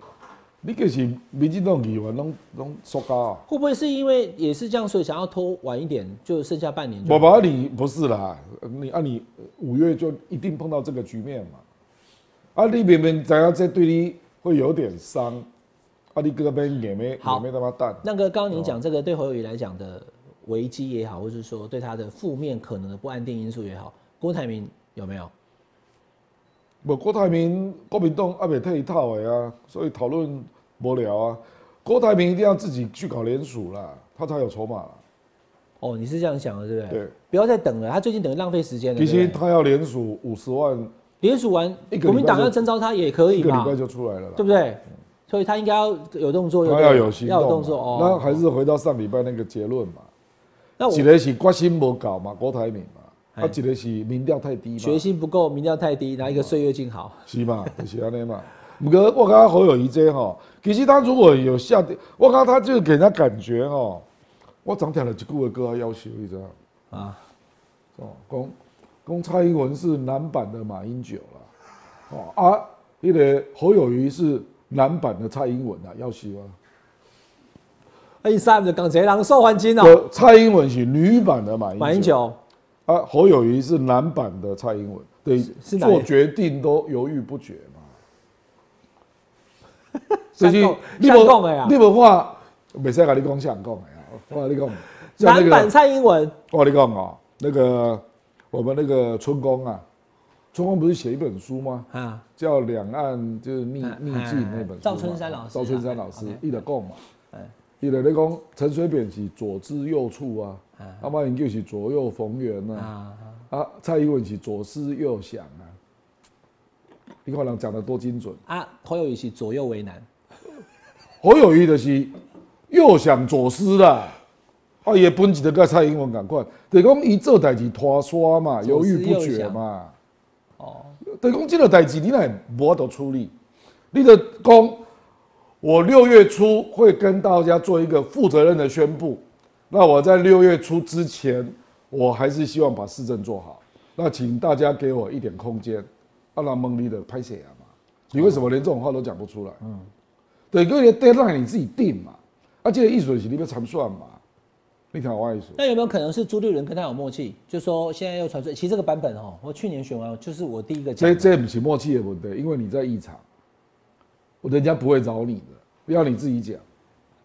[SPEAKER 1] 你就是民进党议员拢拢说高啊，
[SPEAKER 2] 会不会是因为也是这样，所以想要拖晚一点，就剩下半年就
[SPEAKER 1] 我把啊你不是啦，你啊你五月就一定碰到这个局面嘛。啊，你明明知道这对你会有点伤，啊你搁那边眼没
[SPEAKER 2] 好
[SPEAKER 1] 眼没他妈蛋。
[SPEAKER 2] 亮哥，刚刚你讲这个对侯友宜来讲的危机也好，或是说对他的负面可能的不安定因素也好，郭台铭有没有？
[SPEAKER 1] 无郭台铭，国民党还未退套的啊，所以讨论无聊啊。郭台铭一定要自己去搞联署啦，他才有筹码啦。
[SPEAKER 2] 哦，你是这样想的，对不对？
[SPEAKER 1] 对，
[SPEAKER 2] 不要再等了，他最近等于浪费时间了。
[SPEAKER 1] 其
[SPEAKER 2] 对
[SPEAKER 1] 实
[SPEAKER 2] 不对
[SPEAKER 1] 他要联署五十万，
[SPEAKER 2] 联署完
[SPEAKER 1] 一个礼，拜
[SPEAKER 2] 国民党
[SPEAKER 1] 就
[SPEAKER 2] 要征召他也可以
[SPEAKER 1] 一个礼
[SPEAKER 2] 嘛，
[SPEAKER 1] 拜就出来了啦
[SPEAKER 2] 对。不对？所以他应该要有动作，
[SPEAKER 1] 他
[SPEAKER 2] 对
[SPEAKER 1] 要
[SPEAKER 2] 不对
[SPEAKER 1] 有行动
[SPEAKER 2] 要
[SPEAKER 1] 嘛，
[SPEAKER 2] 有动作
[SPEAKER 1] 那
[SPEAKER 2] 哦。
[SPEAKER 1] 还是回到上礼拜那个结论嘛，
[SPEAKER 2] 那我
[SPEAKER 1] 一个是决心无够嘛，郭台铭嘛，
[SPEAKER 2] 哎
[SPEAKER 1] 啊，一个是民调太低嘛，
[SPEAKER 2] 决心不够，民调太低，拿一个岁月静好。
[SPEAKER 1] 是嘛，就是安尼嘛。不过我刚刚侯友谊这吼，其实他如果有下跌，我刚刚他就给人家感觉吼，我常听了一句话歌要求，你知道吗？
[SPEAKER 2] 啊，
[SPEAKER 1] 哦，讲讲蔡英文是男版的马英九啦，哦啊，那个侯友谊是男版的蔡英文啊，要死啊！
[SPEAKER 2] 一哎三的港贼狼受欢迎哦，
[SPEAKER 1] 我蔡英文是女版的马英
[SPEAKER 2] 马英九
[SPEAKER 1] 啊，侯友谊是男版的蔡英文，对，
[SPEAKER 2] 是哪一
[SPEAKER 1] 做决定都犹豫不 决嘛。
[SPEAKER 2] 相
[SPEAKER 1] 就是
[SPEAKER 2] 共
[SPEAKER 1] 你
[SPEAKER 2] 相
[SPEAKER 1] 无
[SPEAKER 2] 共的呀
[SPEAKER 1] 你无话，袂使甲你讲相共的呀，我跟你讲，像那
[SPEAKER 2] 男版
[SPEAKER 1] 个，
[SPEAKER 2] 蔡英文，
[SPEAKER 1] 我跟你讲哦，那个我们那个春宫啊，春宫不是写一本书吗？
[SPEAKER 2] 啊，
[SPEAKER 1] 叫《两岸就是逆
[SPEAKER 2] 哎
[SPEAKER 1] 逆境》那本书嘛，
[SPEAKER 2] 赵春山老师
[SPEAKER 1] 赵春山老师
[SPEAKER 2] 哎，OK
[SPEAKER 1] 伊就讲嘛
[SPEAKER 2] 哎，
[SPEAKER 1] 伊就咧讲陈水扁是左支右绌啊
[SPEAKER 2] 哎，
[SPEAKER 1] 阿妈因就是左右逢源啊。
[SPEAKER 2] 啊，
[SPEAKER 1] 啊，蔡英文是左思右想啊，你看人讲的多精准。
[SPEAKER 2] 啊，侯友宜是左右为难，
[SPEAKER 1] 侯友谊就是右想左思啦，啊，伊的本质就跟蔡英文共款，就是讲伊做代志拖沙嘛，犹
[SPEAKER 2] 左思
[SPEAKER 1] 豫不
[SPEAKER 2] 右
[SPEAKER 1] 决
[SPEAKER 2] 想
[SPEAKER 1] 嘛，
[SPEAKER 2] 哦，
[SPEAKER 1] 就是讲这个代志你来无法度处理，你就讲我六月初会跟大家做一个负责任的宣布，那我在六月初之前，我还是希望把市政做好，那请大家给我一点空间，阿拉蒙利的拍谁啊嘛，你为什么连这种话都讲不出来？嗯，对，因为 deadline 你自己定嘛，啊，这个艺术是你要参算嘛，你听我意思。
[SPEAKER 2] 那有没有可能是朱立伦跟他有默契？就说现在又传出，其实这个版本哦，我去年选完就是我第一个讲
[SPEAKER 1] 这
[SPEAKER 2] 的，
[SPEAKER 1] 这不是默契的问题，因为你在异常，人家不会找你的，要你自己讲。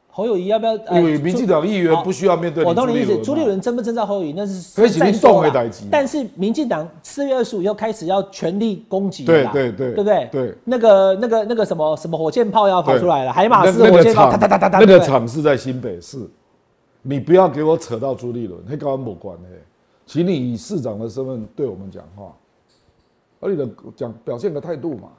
[SPEAKER 2] 侯友宜要不要？呃
[SPEAKER 1] 因为民进党议员
[SPEAKER 2] 好
[SPEAKER 1] 不需要面对
[SPEAKER 2] 我懂
[SPEAKER 1] 你
[SPEAKER 2] 你意思，朱
[SPEAKER 1] 朱
[SPEAKER 2] 立
[SPEAKER 1] 立伦嘛。啊
[SPEAKER 2] 伦争不争到侯友宜那是
[SPEAKER 1] 可以请
[SPEAKER 2] 再
[SPEAKER 1] 你
[SPEAKER 2] 说
[SPEAKER 1] 动
[SPEAKER 2] 啦
[SPEAKER 1] 的代志
[SPEAKER 2] 但是民进党四月二十五又开始要全力攻击了
[SPEAKER 1] 对
[SPEAKER 2] 啦，
[SPEAKER 1] 对对
[SPEAKER 2] 对不对？
[SPEAKER 1] 对
[SPEAKER 2] 那个那个那个什么什么火箭炮要跑出来了，海马斯
[SPEAKER 1] 那
[SPEAKER 2] 火
[SPEAKER 1] 那个
[SPEAKER 2] 箭炮，
[SPEAKER 1] 厂
[SPEAKER 2] 哒哒哒哒哒，
[SPEAKER 1] 那
[SPEAKER 2] 对
[SPEAKER 1] 个
[SPEAKER 2] 不对
[SPEAKER 1] 厂是在新北市，你不要给我扯到朱立伦，那跟我没关系。请你以市长的身份对我们讲话，而你的讲表现的态度嘛，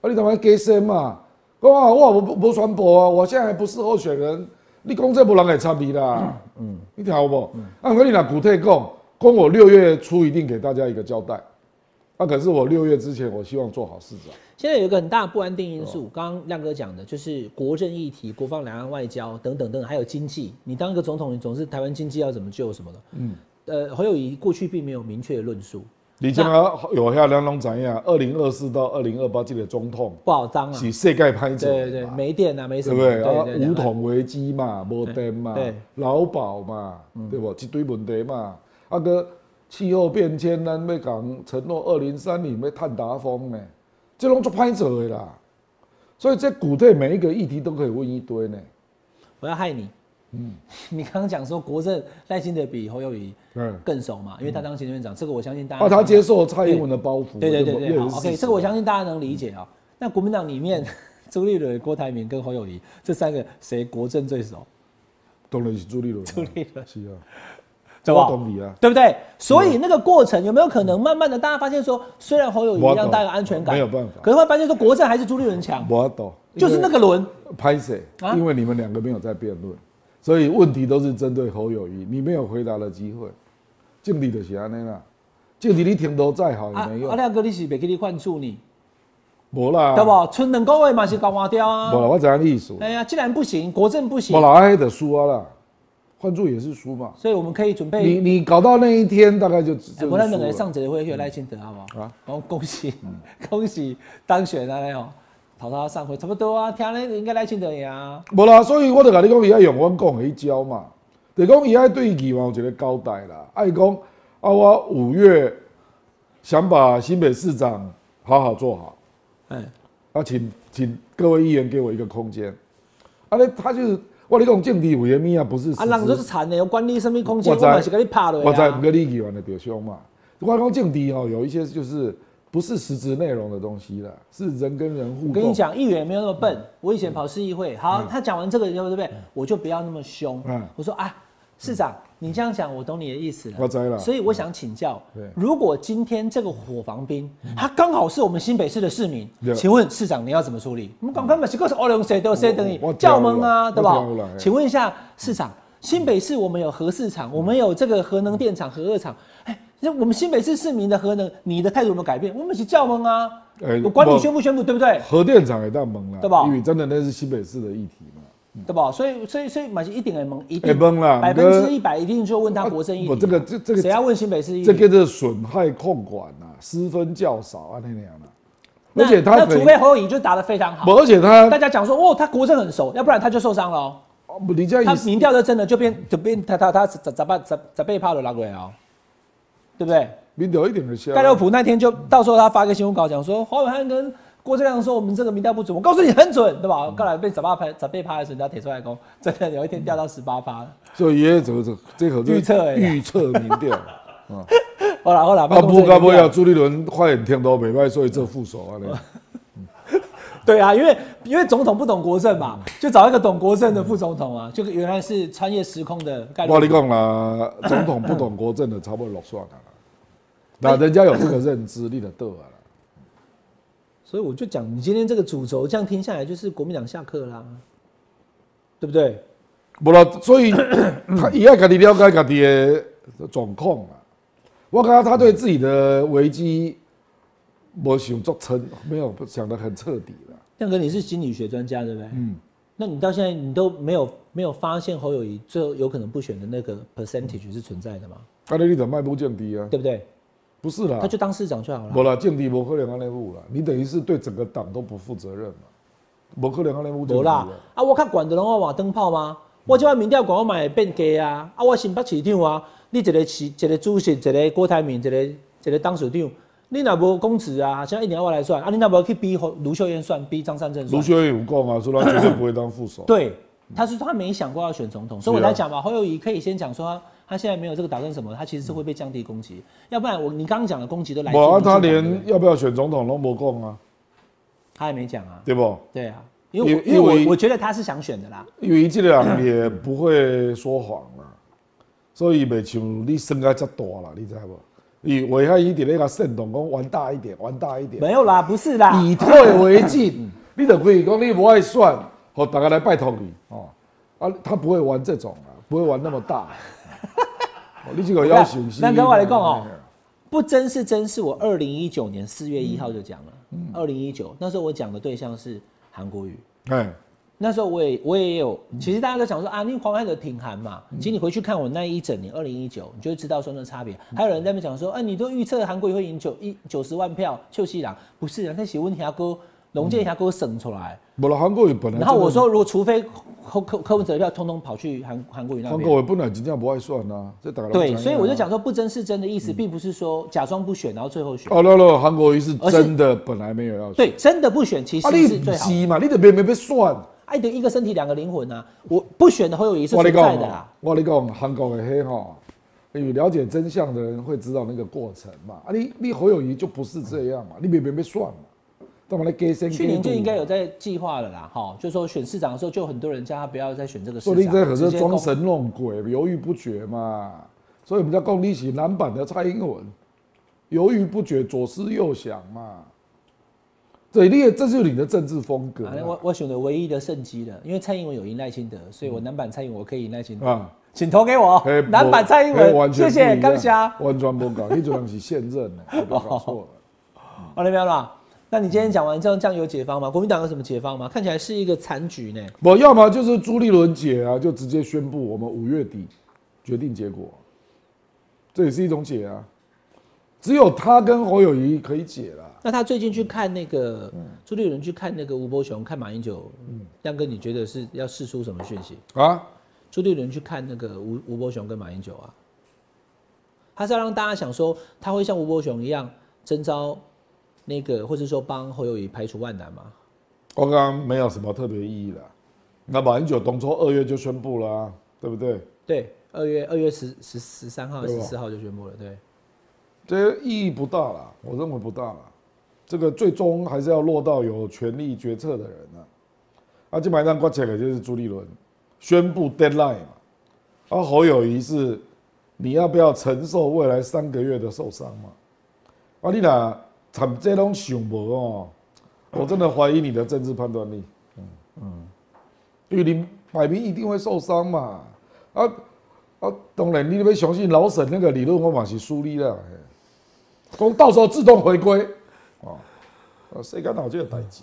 [SPEAKER 1] 而你他妈给声嘛，讲啊，我我不不传播啊，我现在还不是候选人，你讲这无人会插你 啦，嗯，你听好不？啊，我你若具体讲，讲我六月初一定给大家一个交代，啊，可是我六月之前，我希望做好市长。
[SPEAKER 2] 现在有一个很大的不安定因
[SPEAKER 1] 哦
[SPEAKER 2] 素，刚刚亮哥讲的就是国政议题、国防、两岸外交等等等等，还有经济。你当一个总统，你总是台湾经济要怎么救什么的。嗯，呃，侯友谊过去并没有明确的论述，
[SPEAKER 1] 你讲啊，有遐两种怎样？二零二四到二零二八这个总统
[SPEAKER 2] 不好当啊。
[SPEAKER 1] 是世界拍者，
[SPEAKER 2] 对对对，没电啊，没什
[SPEAKER 1] 对
[SPEAKER 2] 么，
[SPEAKER 1] 不对？啊，
[SPEAKER 2] 对
[SPEAKER 1] 五统危机嘛，无电嘛
[SPEAKER 2] 对，嗯
[SPEAKER 1] 劳保嘛，对不？一堆问题嘛，啊个气候变迁，咱要讲承诺二零三零要碳达峰呢，这拢做歹做的啦。所以这古代每一个议题都可以问一堆呢。
[SPEAKER 2] 我要害你。 嗯，你刚刚讲说国政赖清德比侯友谊
[SPEAKER 1] 嗯，
[SPEAKER 2] 更熟嘛，因为他当行政院长，这个我相信大家。
[SPEAKER 1] 啊，他接受蔡英文的包袱，
[SPEAKER 2] 对
[SPEAKER 1] 这
[SPEAKER 2] 对对
[SPEAKER 1] 不
[SPEAKER 2] 对
[SPEAKER 1] 也
[SPEAKER 2] 好
[SPEAKER 1] 是嗯事
[SPEAKER 2] ，OK，
[SPEAKER 1] 实
[SPEAKER 2] 这个我相信大家能理解啊、那国民党里
[SPEAKER 1] 嗯
[SPEAKER 2] 面， 朱立伦、郭台铭跟侯友谊这三个谁国政最熟？
[SPEAKER 1] 当然是朱立伦啊，朱
[SPEAKER 2] 立伦
[SPEAKER 1] 是啊，
[SPEAKER 2] 对
[SPEAKER 1] 我
[SPEAKER 2] 吧
[SPEAKER 1] 懂你啊。
[SPEAKER 2] 对不对？所以那个过程有没有可能慢慢的，大家发现说，虽然侯友谊
[SPEAKER 1] 我懂
[SPEAKER 2] 让大家有安全感，
[SPEAKER 1] 没有办法
[SPEAKER 2] 可是会发现说国政还是朱立伦强，
[SPEAKER 1] 我懂，
[SPEAKER 2] 就是那个轮。
[SPEAKER 1] 拍谁
[SPEAKER 2] 啊？
[SPEAKER 1] 因为你们两个没有在辩论，所以问题都是针对侯友谊，你没有回答的机会。敬礼就是安尼啦，敬礼你听头再好也
[SPEAKER 2] 啊
[SPEAKER 1] 没啊
[SPEAKER 2] 啊，
[SPEAKER 1] 用，
[SPEAKER 2] 亮哥，你是别给你换住你，
[SPEAKER 1] 无啦，
[SPEAKER 2] 对？不？剩两个月嘛是搞换掉啊
[SPEAKER 1] 无。啦，我知影你意思，
[SPEAKER 2] 哎呀，既然不行，国政不行
[SPEAKER 1] 无，啦，安的输啊啦，换注也是输嘛。
[SPEAKER 2] 所以我们可以准
[SPEAKER 1] 你
[SPEAKER 2] 备。
[SPEAKER 1] 你搞到那一天，大概就
[SPEAKER 2] 哎
[SPEAKER 1] 就
[SPEAKER 2] 我那两个
[SPEAKER 1] 输了
[SPEAKER 2] 上节的会去赖清德好不好？
[SPEAKER 1] 啊
[SPEAKER 2] 然后恭喜 恭喜当选啊！那种淘淘上回差不多啊，听那个应该赖清德赢啊。
[SPEAKER 1] 无啦，所以我就甲你讲，伊爱用阮讲的迄招嘛，就讲伊爱对议员有一个交代啦，爱讲啊，我五月想把新北市长好好做好，
[SPEAKER 2] 哎，
[SPEAKER 1] 啊，请请各位议员给我一个空间。啊，那他就是我跟你讲政治委员咪啊，不是实
[SPEAKER 2] 啊，人就是
[SPEAKER 1] 质。
[SPEAKER 2] 惨的，有管理生命空间，
[SPEAKER 1] 我
[SPEAKER 2] 我
[SPEAKER 1] 知
[SPEAKER 2] 嘛是给你拍落
[SPEAKER 1] 我在
[SPEAKER 2] 啊
[SPEAKER 1] 不。跟你议员的表兄嘛，我讲政治哦，有一些就是不是实质内容的东西啦，是人跟人互动。嗯
[SPEAKER 2] 我跟你，讲，议员没有那么笨。我以前跑市议会，好，他讲完这个以后，对不对？我就不要那么凶
[SPEAKER 1] 嗯。
[SPEAKER 2] 我说啊，市长，你这样讲，我懂你的意思了。
[SPEAKER 1] 我知了
[SPEAKER 2] 所以我想请教
[SPEAKER 1] 嗯对，嗯
[SPEAKER 2] 如果今天这个火防兵，他刚好是我们新北市的市民，
[SPEAKER 1] 对
[SPEAKER 2] 请问市长你要怎么处理？我们刚刚不是告诉欧龙谁都谁等你
[SPEAKER 1] 我我
[SPEAKER 2] 叫门啊，
[SPEAKER 1] 我
[SPEAKER 2] 对吧
[SPEAKER 1] 我我？
[SPEAKER 2] 请问一下市长，新北市我们有核市场，我们有这个核能电厂、核二厂，哎。那我们新北市市民的核能，你的态度有没有改变？我们一起叫门啊！
[SPEAKER 1] 哎
[SPEAKER 2] 我管你
[SPEAKER 1] 我
[SPEAKER 2] 宣不宣布，对不对？
[SPEAKER 1] 核电厂也当懵了，
[SPEAKER 2] 对吧
[SPEAKER 1] 因为真的那是新北市的议题嘛。
[SPEAKER 2] 对吧？所以所以所以马是一定会问，一
[SPEAKER 1] 会
[SPEAKER 2] 定
[SPEAKER 1] 问哎啦
[SPEAKER 2] 百
[SPEAKER 1] 不过
[SPEAKER 2] 分之一百一定就问他国政议题。
[SPEAKER 1] 我这个这这个
[SPEAKER 2] 谁要问新北市议
[SPEAKER 1] 这个
[SPEAKER 2] 题？
[SPEAKER 1] 是损害控管呐、啊，私分较少啊，那样啦、
[SPEAKER 2] 那
[SPEAKER 1] 而且他
[SPEAKER 2] 那
[SPEAKER 1] 可以
[SPEAKER 2] 除非侯友谊就答得非常
[SPEAKER 1] 不
[SPEAKER 2] 好，
[SPEAKER 1] 而且他
[SPEAKER 2] 大家讲说哦，他国政很熟，要不然他就受伤了哦。
[SPEAKER 1] 哦不你这
[SPEAKER 2] 他
[SPEAKER 1] 样意思
[SPEAKER 2] 民调就真的就变就变他他他咋咋办咋咋被怕了拉过来哦，对不对？
[SPEAKER 1] 民调一点的下
[SPEAKER 2] 盖洛普那天就到时候他发一个新闻稿讲说，黄伟汉跟郭正亮说我们这个民调不准，我告诉你很准，对吧？后来被十八拍十被趴的时候，人家铁出来攻，真的有一天掉到十八趴了。
[SPEAKER 1] 所以也这这这口
[SPEAKER 2] 预测而已啊
[SPEAKER 1] 预测民 调。
[SPEAKER 2] 好了好了，
[SPEAKER 1] 啊，不该不
[SPEAKER 2] 要
[SPEAKER 1] 要朱立伦快点听都没歹，所以这副手 啊，你
[SPEAKER 2] 对啊，因为因为总统不懂国政嘛，就找一个懂国政的副总统啊，就原来是穿越时空的概率。
[SPEAKER 1] 我跟你讲啦，总统不懂国政的，差不多落选 了
[SPEAKER 2] 哎
[SPEAKER 1] 啦。那人家有这个认知，你就对啊啦。
[SPEAKER 2] 所以我就讲，你今天这个主轴这样听下来，就是国民党下课啦，对不对？
[SPEAKER 1] 无啦，所 以他也要家己了解家己的状况啦。我感觉他对自己的危机没想作成，没有想得很彻底啦。
[SPEAKER 2] 亮哥，你是心理学专家对不对？嗯。那你到现在你都没有没有发现侯友谊最后有可能不选的那个 percentage 是存在的吗？
[SPEAKER 1] 安啊尼你就卖不降低啊？
[SPEAKER 2] 对不对？
[SPEAKER 1] 不是啦
[SPEAKER 2] 他，就当市长就好了。
[SPEAKER 1] 无啦，降低无可能安尼舞啦。你等于是对整个党都不负责任嘛，无可能安尼舞降
[SPEAKER 2] 无
[SPEAKER 1] 低
[SPEAKER 2] 啦
[SPEAKER 1] 啊。，
[SPEAKER 2] 啊，我较管的拢我换灯泡吗？我即摆民调管我嘛会变低啊，啊，我新北市长啊，你一个市一个主席，一个郭台铭，一个一个当市长，你若无公职啊，现在一定要我来算，啊，你若无去逼侯卢秀燕算，逼张善政
[SPEAKER 1] 卢
[SPEAKER 2] 算，
[SPEAKER 1] 修也有讲啊，说他绝对不会当副手。
[SPEAKER 2] 对，他说他没想过要选总统，所以我
[SPEAKER 1] 是啊
[SPEAKER 2] 才讲嘛，侯友谊可以先讲说他他现在没有这个打算什么，他其实是会被降低攻击，要不然我你刚刚讲的攻击都来
[SPEAKER 1] 嗯
[SPEAKER 2] 自
[SPEAKER 1] 我啊，
[SPEAKER 2] 民进
[SPEAKER 1] 他
[SPEAKER 2] 党的人
[SPEAKER 1] 连要不要选总统都没讲啊，
[SPEAKER 2] 他还没讲啊，
[SPEAKER 1] 对不？
[SPEAKER 2] 对啊，因为我
[SPEAKER 1] 因
[SPEAKER 2] 因为
[SPEAKER 1] 因为
[SPEAKER 2] 我我觉得他是想选的啦，
[SPEAKER 1] 因为这个人也不会说谎 啦，所以袂像你生个遮大啦，你知无？伊危害伊伫咧个煽动讲玩大一点，玩大一点，
[SPEAKER 2] 没啊有啦，不是啦，
[SPEAKER 1] 以退为 进，你就可以讲你不爱算，好大家来拜托你
[SPEAKER 2] 嗯
[SPEAKER 1] 哦。啊，他不会玩这种啊，不会玩那么 大。哦你这个要求是，
[SPEAKER 2] 那跟我来讲哦不争是争，是我二零一九年四月一号就讲了。二零一九那时候我讲的对象是韩国瑜，
[SPEAKER 1] 哎，
[SPEAKER 2] 那时候我也我也有，其实大家都讲说啊，你黄汉的挺韩嘛，其实你回去看我那一整年，二零一九，你就会知道说那差别。还有人在那边讲说，啊，你都预测韩国瑜会赢九一九十万票，秀西郎不是啊，那些问题要给我龙建霞给我省出来。
[SPEAKER 1] 不了，韩国瑜本来
[SPEAKER 2] 然后
[SPEAKER 1] 真的
[SPEAKER 2] 我说，如果除非柯柯柯文哲的票通通跑去韩韩国瑜那
[SPEAKER 1] 韩
[SPEAKER 2] 边，
[SPEAKER 1] 国瑜本来真正不爱算呐、啊，这大家都知
[SPEAKER 2] 对，
[SPEAKER 1] 道啊
[SPEAKER 2] 所以我就讲说不争是真的意思，并不是说假装不选，然后最后选。
[SPEAKER 1] 嗯哦，那那韩国瑜是
[SPEAKER 2] 而是
[SPEAKER 1] 真的本来没有要选，
[SPEAKER 2] 对，真的不选其
[SPEAKER 1] 啊，
[SPEAKER 2] 实
[SPEAKER 1] 你
[SPEAKER 2] 是最好。
[SPEAKER 1] 是嘛，你得别没被算。
[SPEAKER 2] 爱的一个身体两个灵魂啊，我不选的侯友谊是
[SPEAKER 1] 我跟
[SPEAKER 2] 存
[SPEAKER 1] 你讲
[SPEAKER 2] 在
[SPEAKER 1] 哦
[SPEAKER 2] 的啊啦。，
[SPEAKER 1] 我跟你讲，韩国的黑哈，有了解真相的人会知道那个过程嘛。啊，你你侯友谊就不是这样嘛，你别别被算嘛，干嘛来给先？
[SPEAKER 2] 去年就应该有在计划了啦，哈，就说选市长的时候，就很多人叫他不要再选这个市
[SPEAKER 1] 所以你
[SPEAKER 2] 长，
[SPEAKER 1] 在可是
[SPEAKER 2] 啊直接公
[SPEAKER 1] 装神弄鬼，犹豫不决嘛。所以我们叫共力起男版的蔡英文，犹豫不决，左思右想嘛。对，你也这就是你的政治风格
[SPEAKER 2] 啊我我选的唯一的胜机了，因为蔡英文有赢赖清德，所以我男版蔡英文我可以赢赖清德，
[SPEAKER 1] 啊。
[SPEAKER 2] 请投给我
[SPEAKER 1] 嘿
[SPEAKER 2] 男版蔡英
[SPEAKER 1] 嘿完
[SPEAKER 2] 文，
[SPEAKER 1] 全不一
[SPEAKER 2] 谢谢啊
[SPEAKER 1] 样
[SPEAKER 2] 刚霞，
[SPEAKER 1] 完全不搞，你主要是现任 呢，我都搞错了。
[SPEAKER 2] 好了没有啦？那你今天讲完之后，这样有解放吗？国民党有什么解放吗？看起来是一个残局呢。
[SPEAKER 1] 我要么就是朱立伦解啊，就直接宣布我们五月底决定结果，这也是一种解啊。只有他跟侯友谊可以解啦。
[SPEAKER 2] 那他最近去看那个朱立伦去看那个吴伯雄，看马英九，亮哥，你觉得是要释出什么讯息？
[SPEAKER 1] 啊，
[SPEAKER 2] 朱立伦去看那个吴吴伯雄跟马英九啊，他是要让大家想说他会像吴伯雄一样征召那个，或是说帮侯友谊排除万难吗？
[SPEAKER 1] 我刚刚没有什么特别意义啦。那马英九董卓二月就宣布啦、对不对？
[SPEAKER 2] 对，二月二月十十十三号、
[SPEAKER 1] 对
[SPEAKER 2] 十
[SPEAKER 1] 吧
[SPEAKER 2] 四号就宣布了，对，
[SPEAKER 1] 这意义不大啦，我认为不大啦。这个最终还是要落到有权力决策的人啊。啊，基本上关起来就是朱立伦宣布 deadline 嘛，啊，侯友谊是你要不要承受未来三个月的受伤嘛？啊，你俩惨这种想无哦，我真的怀疑你的政治判断力。嗯嗯，因为你摆明一定会受伤嘛。啊啊，当然你要相信老沈那个理论，我嘛是输你啦。嘿讲到时候自动回归，哦，啊，谁敢脑这个代志？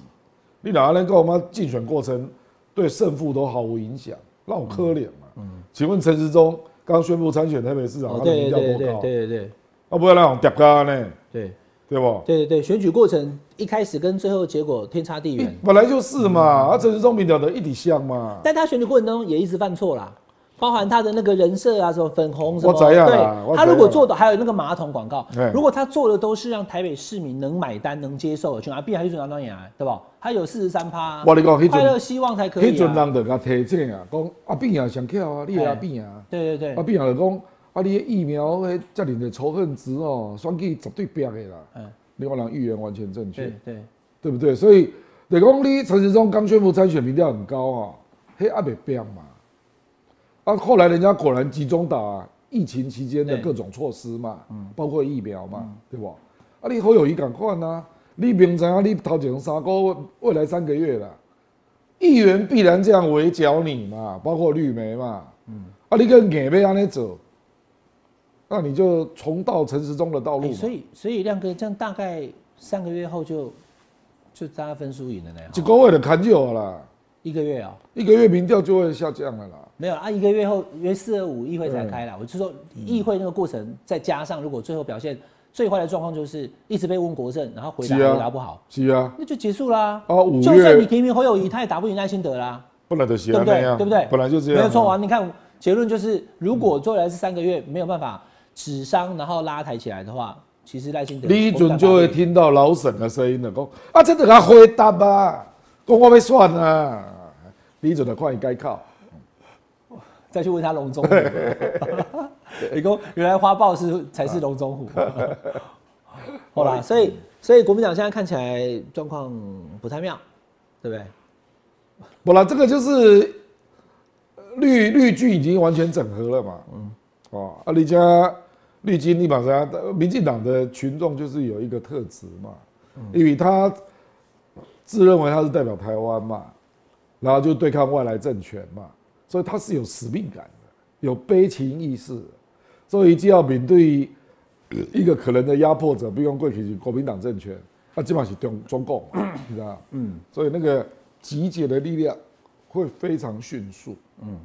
[SPEAKER 1] 你哪能跟我们竞选过程对胜负都毫无影响，让我可怜嘛？请问陈时中刚宣布参选台北市长，
[SPEAKER 2] 嗯哦，
[SPEAKER 1] 他的民
[SPEAKER 2] 对
[SPEAKER 1] 调
[SPEAKER 2] 对对
[SPEAKER 1] 多
[SPEAKER 2] 对
[SPEAKER 1] 高？
[SPEAKER 2] 对对
[SPEAKER 1] 啊，不要让我跌价呢，
[SPEAKER 2] 对
[SPEAKER 1] 对不？
[SPEAKER 2] 对对对，选举过程一开始跟最后结果天差地远，
[SPEAKER 1] 本来就是嘛，
[SPEAKER 2] 嗯
[SPEAKER 1] 啊，陈时中民调的一体像嘛。
[SPEAKER 2] 但他选举过程中也一直犯错啦，包含他的那个人设啊，什么粉红什么，
[SPEAKER 1] 我知道啦我
[SPEAKER 2] 对，他
[SPEAKER 1] 知道
[SPEAKER 2] 如果做的还有那个马桶广告
[SPEAKER 1] 对，
[SPEAKER 2] 如果他做的都是让台北市民能买单、能接受的，选阿 B 还是选阿当演啊，对吧？他有四十三趴，啊
[SPEAKER 1] 我跟你讲那阵
[SPEAKER 2] 快乐希望才可
[SPEAKER 1] 迄
[SPEAKER 2] 以、
[SPEAKER 1] 阵
[SPEAKER 2] 啊。哎
[SPEAKER 1] 人就甲提醒啊，讲阿扁也上巧啊，你也阿扁啊，
[SPEAKER 2] 对对
[SPEAKER 1] 阿
[SPEAKER 2] 对，
[SPEAKER 1] 扁也就讲啊，你的疫苗迄遮尔的仇恨值哦，选举绝对白的啦
[SPEAKER 2] 嗯。
[SPEAKER 1] 你看人预言完全正确
[SPEAKER 2] 对，对
[SPEAKER 1] 对不对？所以就讲你陈时中刚宣布参选民调很高啊，迄阿袂变嘛。啊，后来人家果然集中打疫情期间的
[SPEAKER 2] 对
[SPEAKER 1] 各种措施嘛，
[SPEAKER 2] 嗯
[SPEAKER 1] 包括疫苗嘛，对不？啊，你侯友谊赶快呐，啊你明知影你头前三个月未来三个月啦，议员必然这样围剿你嘛，包括绿媒嘛，
[SPEAKER 2] 嗯
[SPEAKER 1] 啊，你跟硬要安尼走，那你就重蹈陈时中的道路
[SPEAKER 2] 哎
[SPEAKER 1] 嘛。
[SPEAKER 2] 所以所以亮哥这样大概三个月后就就大家分输赢了呢，
[SPEAKER 1] 一个月就砍掉啦，
[SPEAKER 2] 一个月哦、
[SPEAKER 1] 一个月民调就会下降了啦。
[SPEAKER 2] 没有啊，一个月后约四二五议会才
[SPEAKER 1] 嗯
[SPEAKER 2] 开了。我就说议会那个过程，再加上如果最后表现最坏的状况就是一直被问国政，然后回答、
[SPEAKER 1] 是啊
[SPEAKER 2] 回答不好，
[SPEAKER 1] 是啊，
[SPEAKER 2] 那就结束啦。
[SPEAKER 1] 啊五月
[SPEAKER 2] 就算你提名侯友谊，他也打不赢赖清德啦，
[SPEAKER 1] 本来就是
[SPEAKER 2] 对不
[SPEAKER 1] 那
[SPEAKER 2] 对
[SPEAKER 1] 样，？
[SPEAKER 2] 对不对？
[SPEAKER 1] 啊本来就这样，
[SPEAKER 2] 没有错啊。你看结论就是，如果未来是三个月没有办法止伤，然后拉抬起来的话，其实赖清德
[SPEAKER 1] 你准就会听到老沈的声音了，讲啊，这得他回答啊，讲我要算啊，你准就看伊该靠。
[SPEAKER 2] 再去问他 龙中虎。你说原来花豹是才是龙 中虎。好啦，所
[SPEAKER 1] 嗯
[SPEAKER 2] 以所以国民党现在看起来状况不太妙，对不对？
[SPEAKER 1] 不啦，这个就是呃绿绿军已经完全整合了嘛，嗯，哦，啊，你家绿军你把它，民进党的群众就是有一个特质嘛，因为他自认为他是代表台湾嘛，然后就对抗外来政权嘛，所以他是有使命感的，有悲情意识的，所以既要面对一个可能的压迫者，比如讲过去是国民党政 权，啊，基本上是中中共嘛，你知道吗？嗯，所以那个集结的力量会非常迅速。嗯，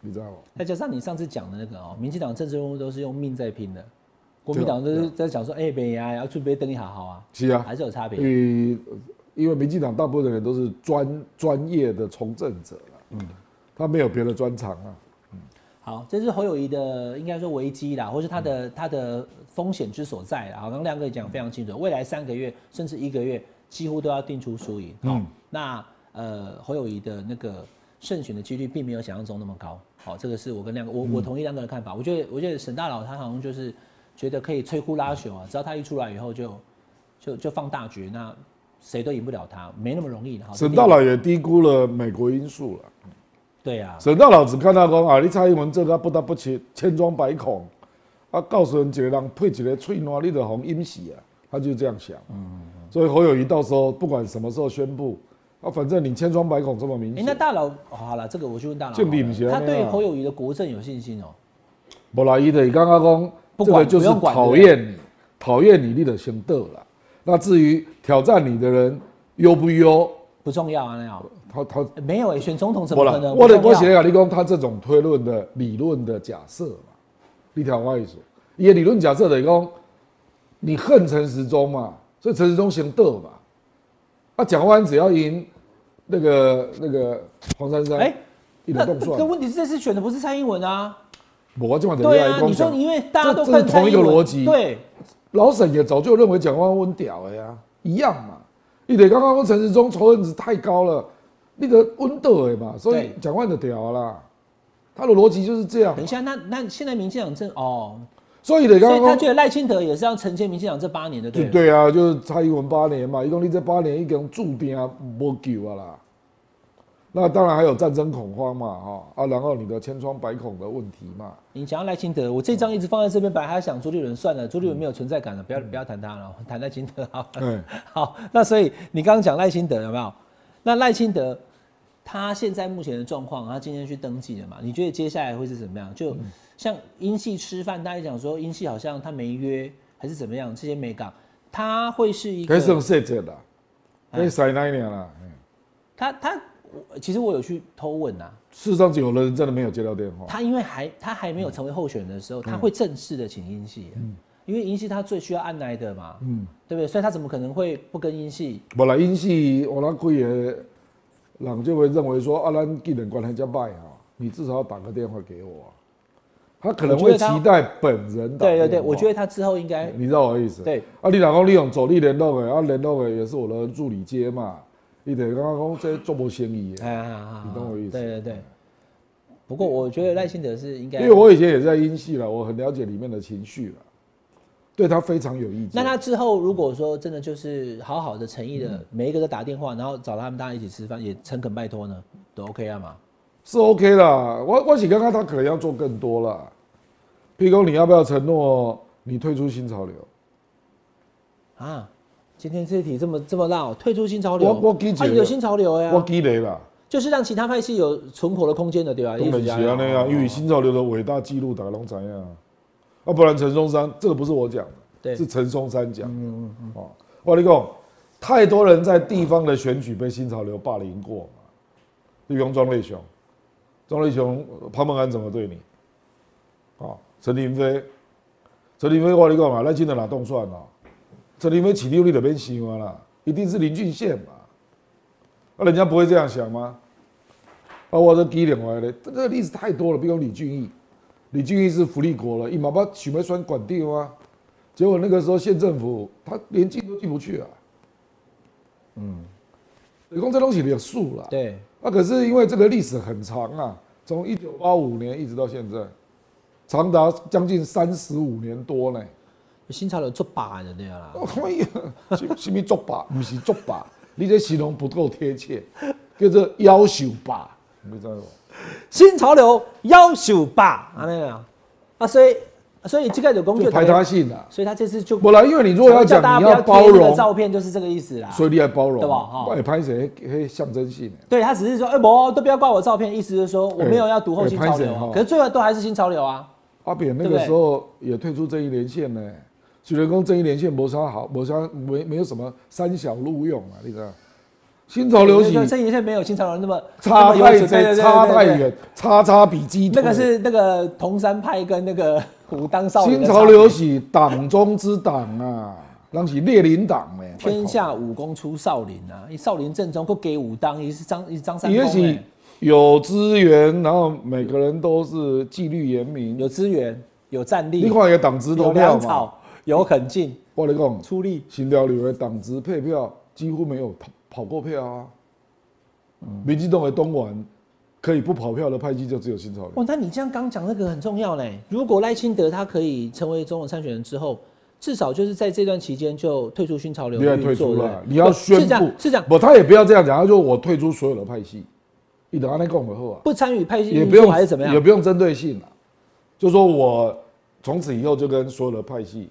[SPEAKER 1] 你知道吗？
[SPEAKER 2] 再加上你上次讲的那个哦，民进党政治人物都是用命在拼的，国民党都是在讲说，哎，北牙要准备登一下好啊，
[SPEAKER 1] 是啊，
[SPEAKER 2] 还是有差别。
[SPEAKER 1] 因为因为民进党大部分的人都是专专业的从政者啦，嗯，他没有别的专长啊，
[SPEAKER 2] 好，这是侯友谊的应该说危机啦，或是他
[SPEAKER 1] 嗯
[SPEAKER 2] 的、他的风险之所在啦。好，刚刚亮哥也讲得非常清楚，未来三个月甚至一个月，几乎都要定出输赢。好，
[SPEAKER 1] 嗯
[SPEAKER 2] 那呃侯友谊的那个胜选的几率并没有想象中那么高。好，这个是我跟亮哥，
[SPEAKER 1] 嗯
[SPEAKER 2] 我我同意亮哥的看法。我觉得我觉得沈大佬他好像就是觉得可以摧枯拉朽啊，只要他一出来以后就就就放大局，那谁都赢不了他，没那么容易的。好
[SPEAKER 1] 沈大佬也低估了美国因素了。
[SPEAKER 2] 对啊，
[SPEAKER 1] 沈大佬只看到讲啊，你蔡英文这个不得不去千疮百孔，啊，告诉人一个人配一个喙烂，你就红阴死啊，他就这样想。所以侯友谊到时候不管什么时候宣布，啊，反正你千疮百孔这么明
[SPEAKER 2] 哎、
[SPEAKER 1] 显
[SPEAKER 2] 那，大佬、哦好了，这个我去问大佬好
[SPEAKER 1] 就
[SPEAKER 2] 了，
[SPEAKER 1] 理不起来
[SPEAKER 2] 他
[SPEAKER 1] 那
[SPEAKER 2] 对
[SPEAKER 1] 样啊
[SPEAKER 2] 侯友谊的国政有信心哦、
[SPEAKER 1] 无啦，伊就是刚刚讲，
[SPEAKER 2] 不
[SPEAKER 1] 这
[SPEAKER 2] 管
[SPEAKER 1] 个就是
[SPEAKER 2] 不用管
[SPEAKER 1] 讨
[SPEAKER 2] 对
[SPEAKER 1] 厌你，讨厌你，你的行斗啦。那至于挑战你的人优不优，
[SPEAKER 2] 不重要啊，那样
[SPEAKER 1] 他他
[SPEAKER 2] 欸没有哎、选总统怎
[SPEAKER 1] 无
[SPEAKER 2] 么
[SPEAKER 1] 啦
[SPEAKER 2] 可，能？
[SPEAKER 1] 我的
[SPEAKER 2] 不重
[SPEAKER 1] 我
[SPEAKER 2] 要啊
[SPEAKER 1] 写甲你讲，他这种推论的理论的假设嘛，你听我意思，伊的理论假设就是讲，你恨陈时中嘛，所以陈时中行斗嘛，啊，蒋万安只要赢那个那个黄珊珊，
[SPEAKER 2] 哎，
[SPEAKER 1] 一
[SPEAKER 2] 那
[SPEAKER 1] 点动
[SPEAKER 2] 可
[SPEAKER 1] 算，
[SPEAKER 2] 问题是这次选的不是蔡英文啊，
[SPEAKER 1] 我这么的
[SPEAKER 2] 对啊，你说
[SPEAKER 1] 讲，
[SPEAKER 2] 因为大家都
[SPEAKER 1] 这
[SPEAKER 2] 看
[SPEAKER 1] 这是同一个
[SPEAKER 2] 蔡英文
[SPEAKER 1] 逻辑
[SPEAKER 2] 对，
[SPEAKER 1] 老沈也早就认为蒋万安温屌了呀，一样嘛，你得刚刚跟陈时中仇恨值太高了，你得温斗的嘛，所以
[SPEAKER 2] 对
[SPEAKER 1] 蒋万安就屌了啦，他的逻辑就是这样嘛
[SPEAKER 2] 等一，下，那那现在民进党政哦，
[SPEAKER 1] 所以得
[SPEAKER 2] 所
[SPEAKER 1] 刚
[SPEAKER 2] 以他
[SPEAKER 1] 刚
[SPEAKER 2] 觉。得赖清德也是要承接民进党这八年的，对
[SPEAKER 1] 就
[SPEAKER 2] 了，
[SPEAKER 1] 对啊，就是蔡英文八年嘛，一共你这八年已经注定啊没救啊啦。那当然还有战争恐慌嘛，哈啊，然后你的千疮百孔的问题嘛，
[SPEAKER 2] 你讲到赖清德，我这张一直放在这边，本来还想朱立伦算了，朱立伦没有存在感了，
[SPEAKER 1] 嗯
[SPEAKER 2] 不要不要谈他了，谈赖清德好了。
[SPEAKER 1] 对，
[SPEAKER 2] 好，那所以你刚刚讲赖清德有没有？那赖清德他现在目前的状况，他今天去登记了嘛？你觉得接下来会是怎么样？
[SPEAKER 1] 嗯
[SPEAKER 2] 就像英系吃饭，大家讲说英系好像他没约还是怎么样？这些美港，他会是一
[SPEAKER 1] 可以剩
[SPEAKER 2] 个哎
[SPEAKER 1] 细节啦，可以塞那一年啦。嗯
[SPEAKER 2] 他他我其实我有去偷问啊，
[SPEAKER 1] 事实上，有的人真的没有接到电话，
[SPEAKER 2] 他因为还他还
[SPEAKER 1] 嗯
[SPEAKER 2] 没有成为候选人的时候，他会正式的请英系、因为英系他最需要按耐的嘛，嗯，对不对？所以他怎么可能会不跟英系？
[SPEAKER 1] 本来因系我那贵的人就会认为说，啊，咱技能关系这么歹啊，你至少要打个电话给我啊、他可能
[SPEAKER 2] 我觉
[SPEAKER 1] 会
[SPEAKER 2] 得他
[SPEAKER 1] 期待本人打
[SPEAKER 2] 对
[SPEAKER 1] 电话。
[SPEAKER 2] 对对，我觉得他之后应该
[SPEAKER 1] 你知道我的意思。
[SPEAKER 2] 对，
[SPEAKER 1] 啊，你老公利用走力联络的，啊，联络的也是我的助理接嘛，你得刚刚讲这做不生意的，
[SPEAKER 2] 哎啊啊啊
[SPEAKER 1] 你懂我意思
[SPEAKER 2] 对对对。不过我觉得赖清德是应该，
[SPEAKER 1] 因为我以前也在英系了，我很了解里面的情绪了，对他非常有意见。
[SPEAKER 2] 那他之后如果说真的就是好好的、诚意
[SPEAKER 1] 嗯
[SPEAKER 2] 的，每一个都打电话，然后找他们大家一起吃饭，也诚恳拜托呢，都 OK 啊嘛。
[SPEAKER 1] 是 OK 啦，我我想刚刚他可能要做更多啦，譬如说你要不要承诺你退出新潮流？
[SPEAKER 2] 啊，今天这题这么这么绕，退出新潮流，
[SPEAKER 1] 我我理解
[SPEAKER 2] 啊、有新潮流呀、
[SPEAKER 1] 我积累啦，
[SPEAKER 2] 就是让其他派系有存活的空间的，对吧？
[SPEAKER 1] 东本
[SPEAKER 2] 艺术
[SPEAKER 1] 喜
[SPEAKER 2] 家
[SPEAKER 1] 啊那样，因为
[SPEAKER 2] 哦
[SPEAKER 1] 新潮流的伟大记录打龙怎样啊？啊，不然陈松山这个不是我讲的。
[SPEAKER 2] 对
[SPEAKER 1] 是陈松山讲的。哦，我跟你讲，太多人在地方的选举被新潮流霸凌过嘛。例如庄瑞雄，庄瑞雄呃潘孟安怎么对你？哦，陈林飞，陈林飞我跟你讲啊，赖清德哪动算啊？陈林飞起六力的边喜欢啊啦，一定是林俊宪嘛。那、人家不会这样想吗？啊，我这低点回来，这个例子太多了，比如李俊义，李俊义是福利国了，一毛把许梅酸管定啊。结果那个时候县政府他连进都进不去啊。嗯，理工这东西有数了。
[SPEAKER 2] 对，
[SPEAKER 1] 那、啊可是因为这个历史很长啊，从一九八五年一直到现在，长达将近三十五年多呢。
[SPEAKER 2] 新潮流做把的对啦。
[SPEAKER 1] 哎呀，什什么作吧？不是作吧？你这形容不够贴切，叫做妖秀吧？你知道吗？
[SPEAKER 2] 新潮流要求吧，啊那样啊，所以所以这个有工具
[SPEAKER 1] 就排他性啊。
[SPEAKER 2] 所以他这次就
[SPEAKER 1] 不啦，因为你如果要
[SPEAKER 2] 叫大
[SPEAKER 1] 讲
[SPEAKER 2] 家
[SPEAKER 1] 你
[SPEAKER 2] 不
[SPEAKER 1] 要
[SPEAKER 2] 贴
[SPEAKER 1] 包
[SPEAKER 2] 那个
[SPEAKER 1] 容，
[SPEAKER 2] 照片就是这个意思啦。
[SPEAKER 1] 所以你要包容，
[SPEAKER 2] 对吧哈
[SPEAKER 1] 哎，拍谁黑象征性的，
[SPEAKER 2] 对他只是说，哎、不都不要挂我照片，意思就是说我没有要读后新潮流、
[SPEAKER 1] 哎拍谁
[SPEAKER 2] 啊
[SPEAKER 1] 哈，
[SPEAKER 2] 可是最后都还是新潮流啊。
[SPEAKER 1] 阿扁那
[SPEAKER 2] 对不
[SPEAKER 1] 个
[SPEAKER 2] 对
[SPEAKER 1] 时候也退出正义连线呢，虽然讲正义连线没啥好，没啥没没有什么三小录用啊，你知道？新潮流
[SPEAKER 2] 对
[SPEAKER 1] 洗
[SPEAKER 2] 对，生意线没有新潮流那么
[SPEAKER 1] 差
[SPEAKER 2] 那么
[SPEAKER 1] 太
[SPEAKER 2] 有对对
[SPEAKER 1] 贼，
[SPEAKER 2] 对对
[SPEAKER 1] 差
[SPEAKER 2] 对
[SPEAKER 1] 太
[SPEAKER 2] 对
[SPEAKER 1] 远，叉叉比鸡腿。
[SPEAKER 2] 那个是那个铜山派跟那个武当少年
[SPEAKER 1] 新
[SPEAKER 2] 的
[SPEAKER 1] 潮
[SPEAKER 2] 差别
[SPEAKER 1] 流是党中之党啊， 人是列宁党诶。
[SPEAKER 2] 天下武功出少林啊，一少林正宗，够给武当，也是张也是张三丰、
[SPEAKER 1] 也许
[SPEAKER 2] 欸，
[SPEAKER 1] 有资源，然后每个人都是纪律严明。
[SPEAKER 2] 有资源，有战力，
[SPEAKER 1] 你看也党职投
[SPEAKER 2] 有
[SPEAKER 1] 票
[SPEAKER 2] 粮
[SPEAKER 1] 嘛，
[SPEAKER 2] 草，有狠劲，
[SPEAKER 1] 我跟你讲，
[SPEAKER 2] 出力。
[SPEAKER 1] 新潮流的党职配票几乎没有跑跑过票啊。
[SPEAKER 2] 嗯
[SPEAKER 1] 民进党的东莞可以不跑票的派系就只有新潮流。
[SPEAKER 2] 哇，那你这样刚讲那个很重要嘞。如果赖清德他可以成为总统参选人之后，至少就是在这段期间就退出新潮流
[SPEAKER 1] 你要
[SPEAKER 2] 运
[SPEAKER 1] 退
[SPEAKER 2] 作
[SPEAKER 1] 出
[SPEAKER 2] 对不
[SPEAKER 1] 了
[SPEAKER 2] 对，
[SPEAKER 1] 你要
[SPEAKER 2] 不
[SPEAKER 1] 宣
[SPEAKER 2] 是这
[SPEAKER 1] 布
[SPEAKER 2] 样，是这样，
[SPEAKER 1] 不，他也不要这样讲，他就我退出所有的派系，你等他那跟我后啊。
[SPEAKER 2] 不参与派系
[SPEAKER 1] 也
[SPEAKER 2] 运
[SPEAKER 1] 不
[SPEAKER 2] 作
[SPEAKER 1] 用
[SPEAKER 2] 还是怎么样
[SPEAKER 1] 也？不用针对性了，就说我从此以后就跟所有的派系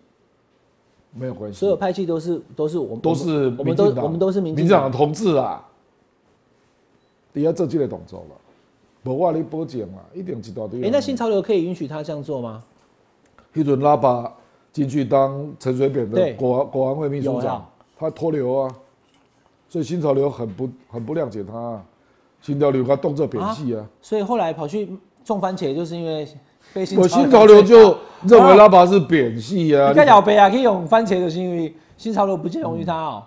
[SPEAKER 1] 没有关系，
[SPEAKER 2] 所有派系都是都是我们
[SPEAKER 1] 都是
[SPEAKER 2] 我
[SPEAKER 1] 民
[SPEAKER 2] 们都
[SPEAKER 1] 进党
[SPEAKER 2] 我们都是民
[SPEAKER 1] 民
[SPEAKER 2] 进
[SPEAKER 1] 进党
[SPEAKER 2] 党
[SPEAKER 1] 的同志啊，你要这就得懂走了，不话你波检嘛，一定一大堆人。
[SPEAKER 2] 哎、那新潮流可以允许他这样做吗？
[SPEAKER 1] 一准拉巴进去当陈水扁的
[SPEAKER 2] 对
[SPEAKER 1] 国国安会秘书
[SPEAKER 2] 有
[SPEAKER 1] 长
[SPEAKER 2] 啦，
[SPEAKER 1] 他脱流啊，所以新潮流很不很不谅解他、啊，新潮流他动这扁戏啊
[SPEAKER 2] 所以后来跑去种番茄，就是因为被新
[SPEAKER 1] 我
[SPEAKER 2] 潮
[SPEAKER 1] 新潮流就认为
[SPEAKER 2] 啊
[SPEAKER 1] 拉拔是扁戏啊，
[SPEAKER 2] 你看小北啊，可以用番茄，就是因为新潮流不见容于他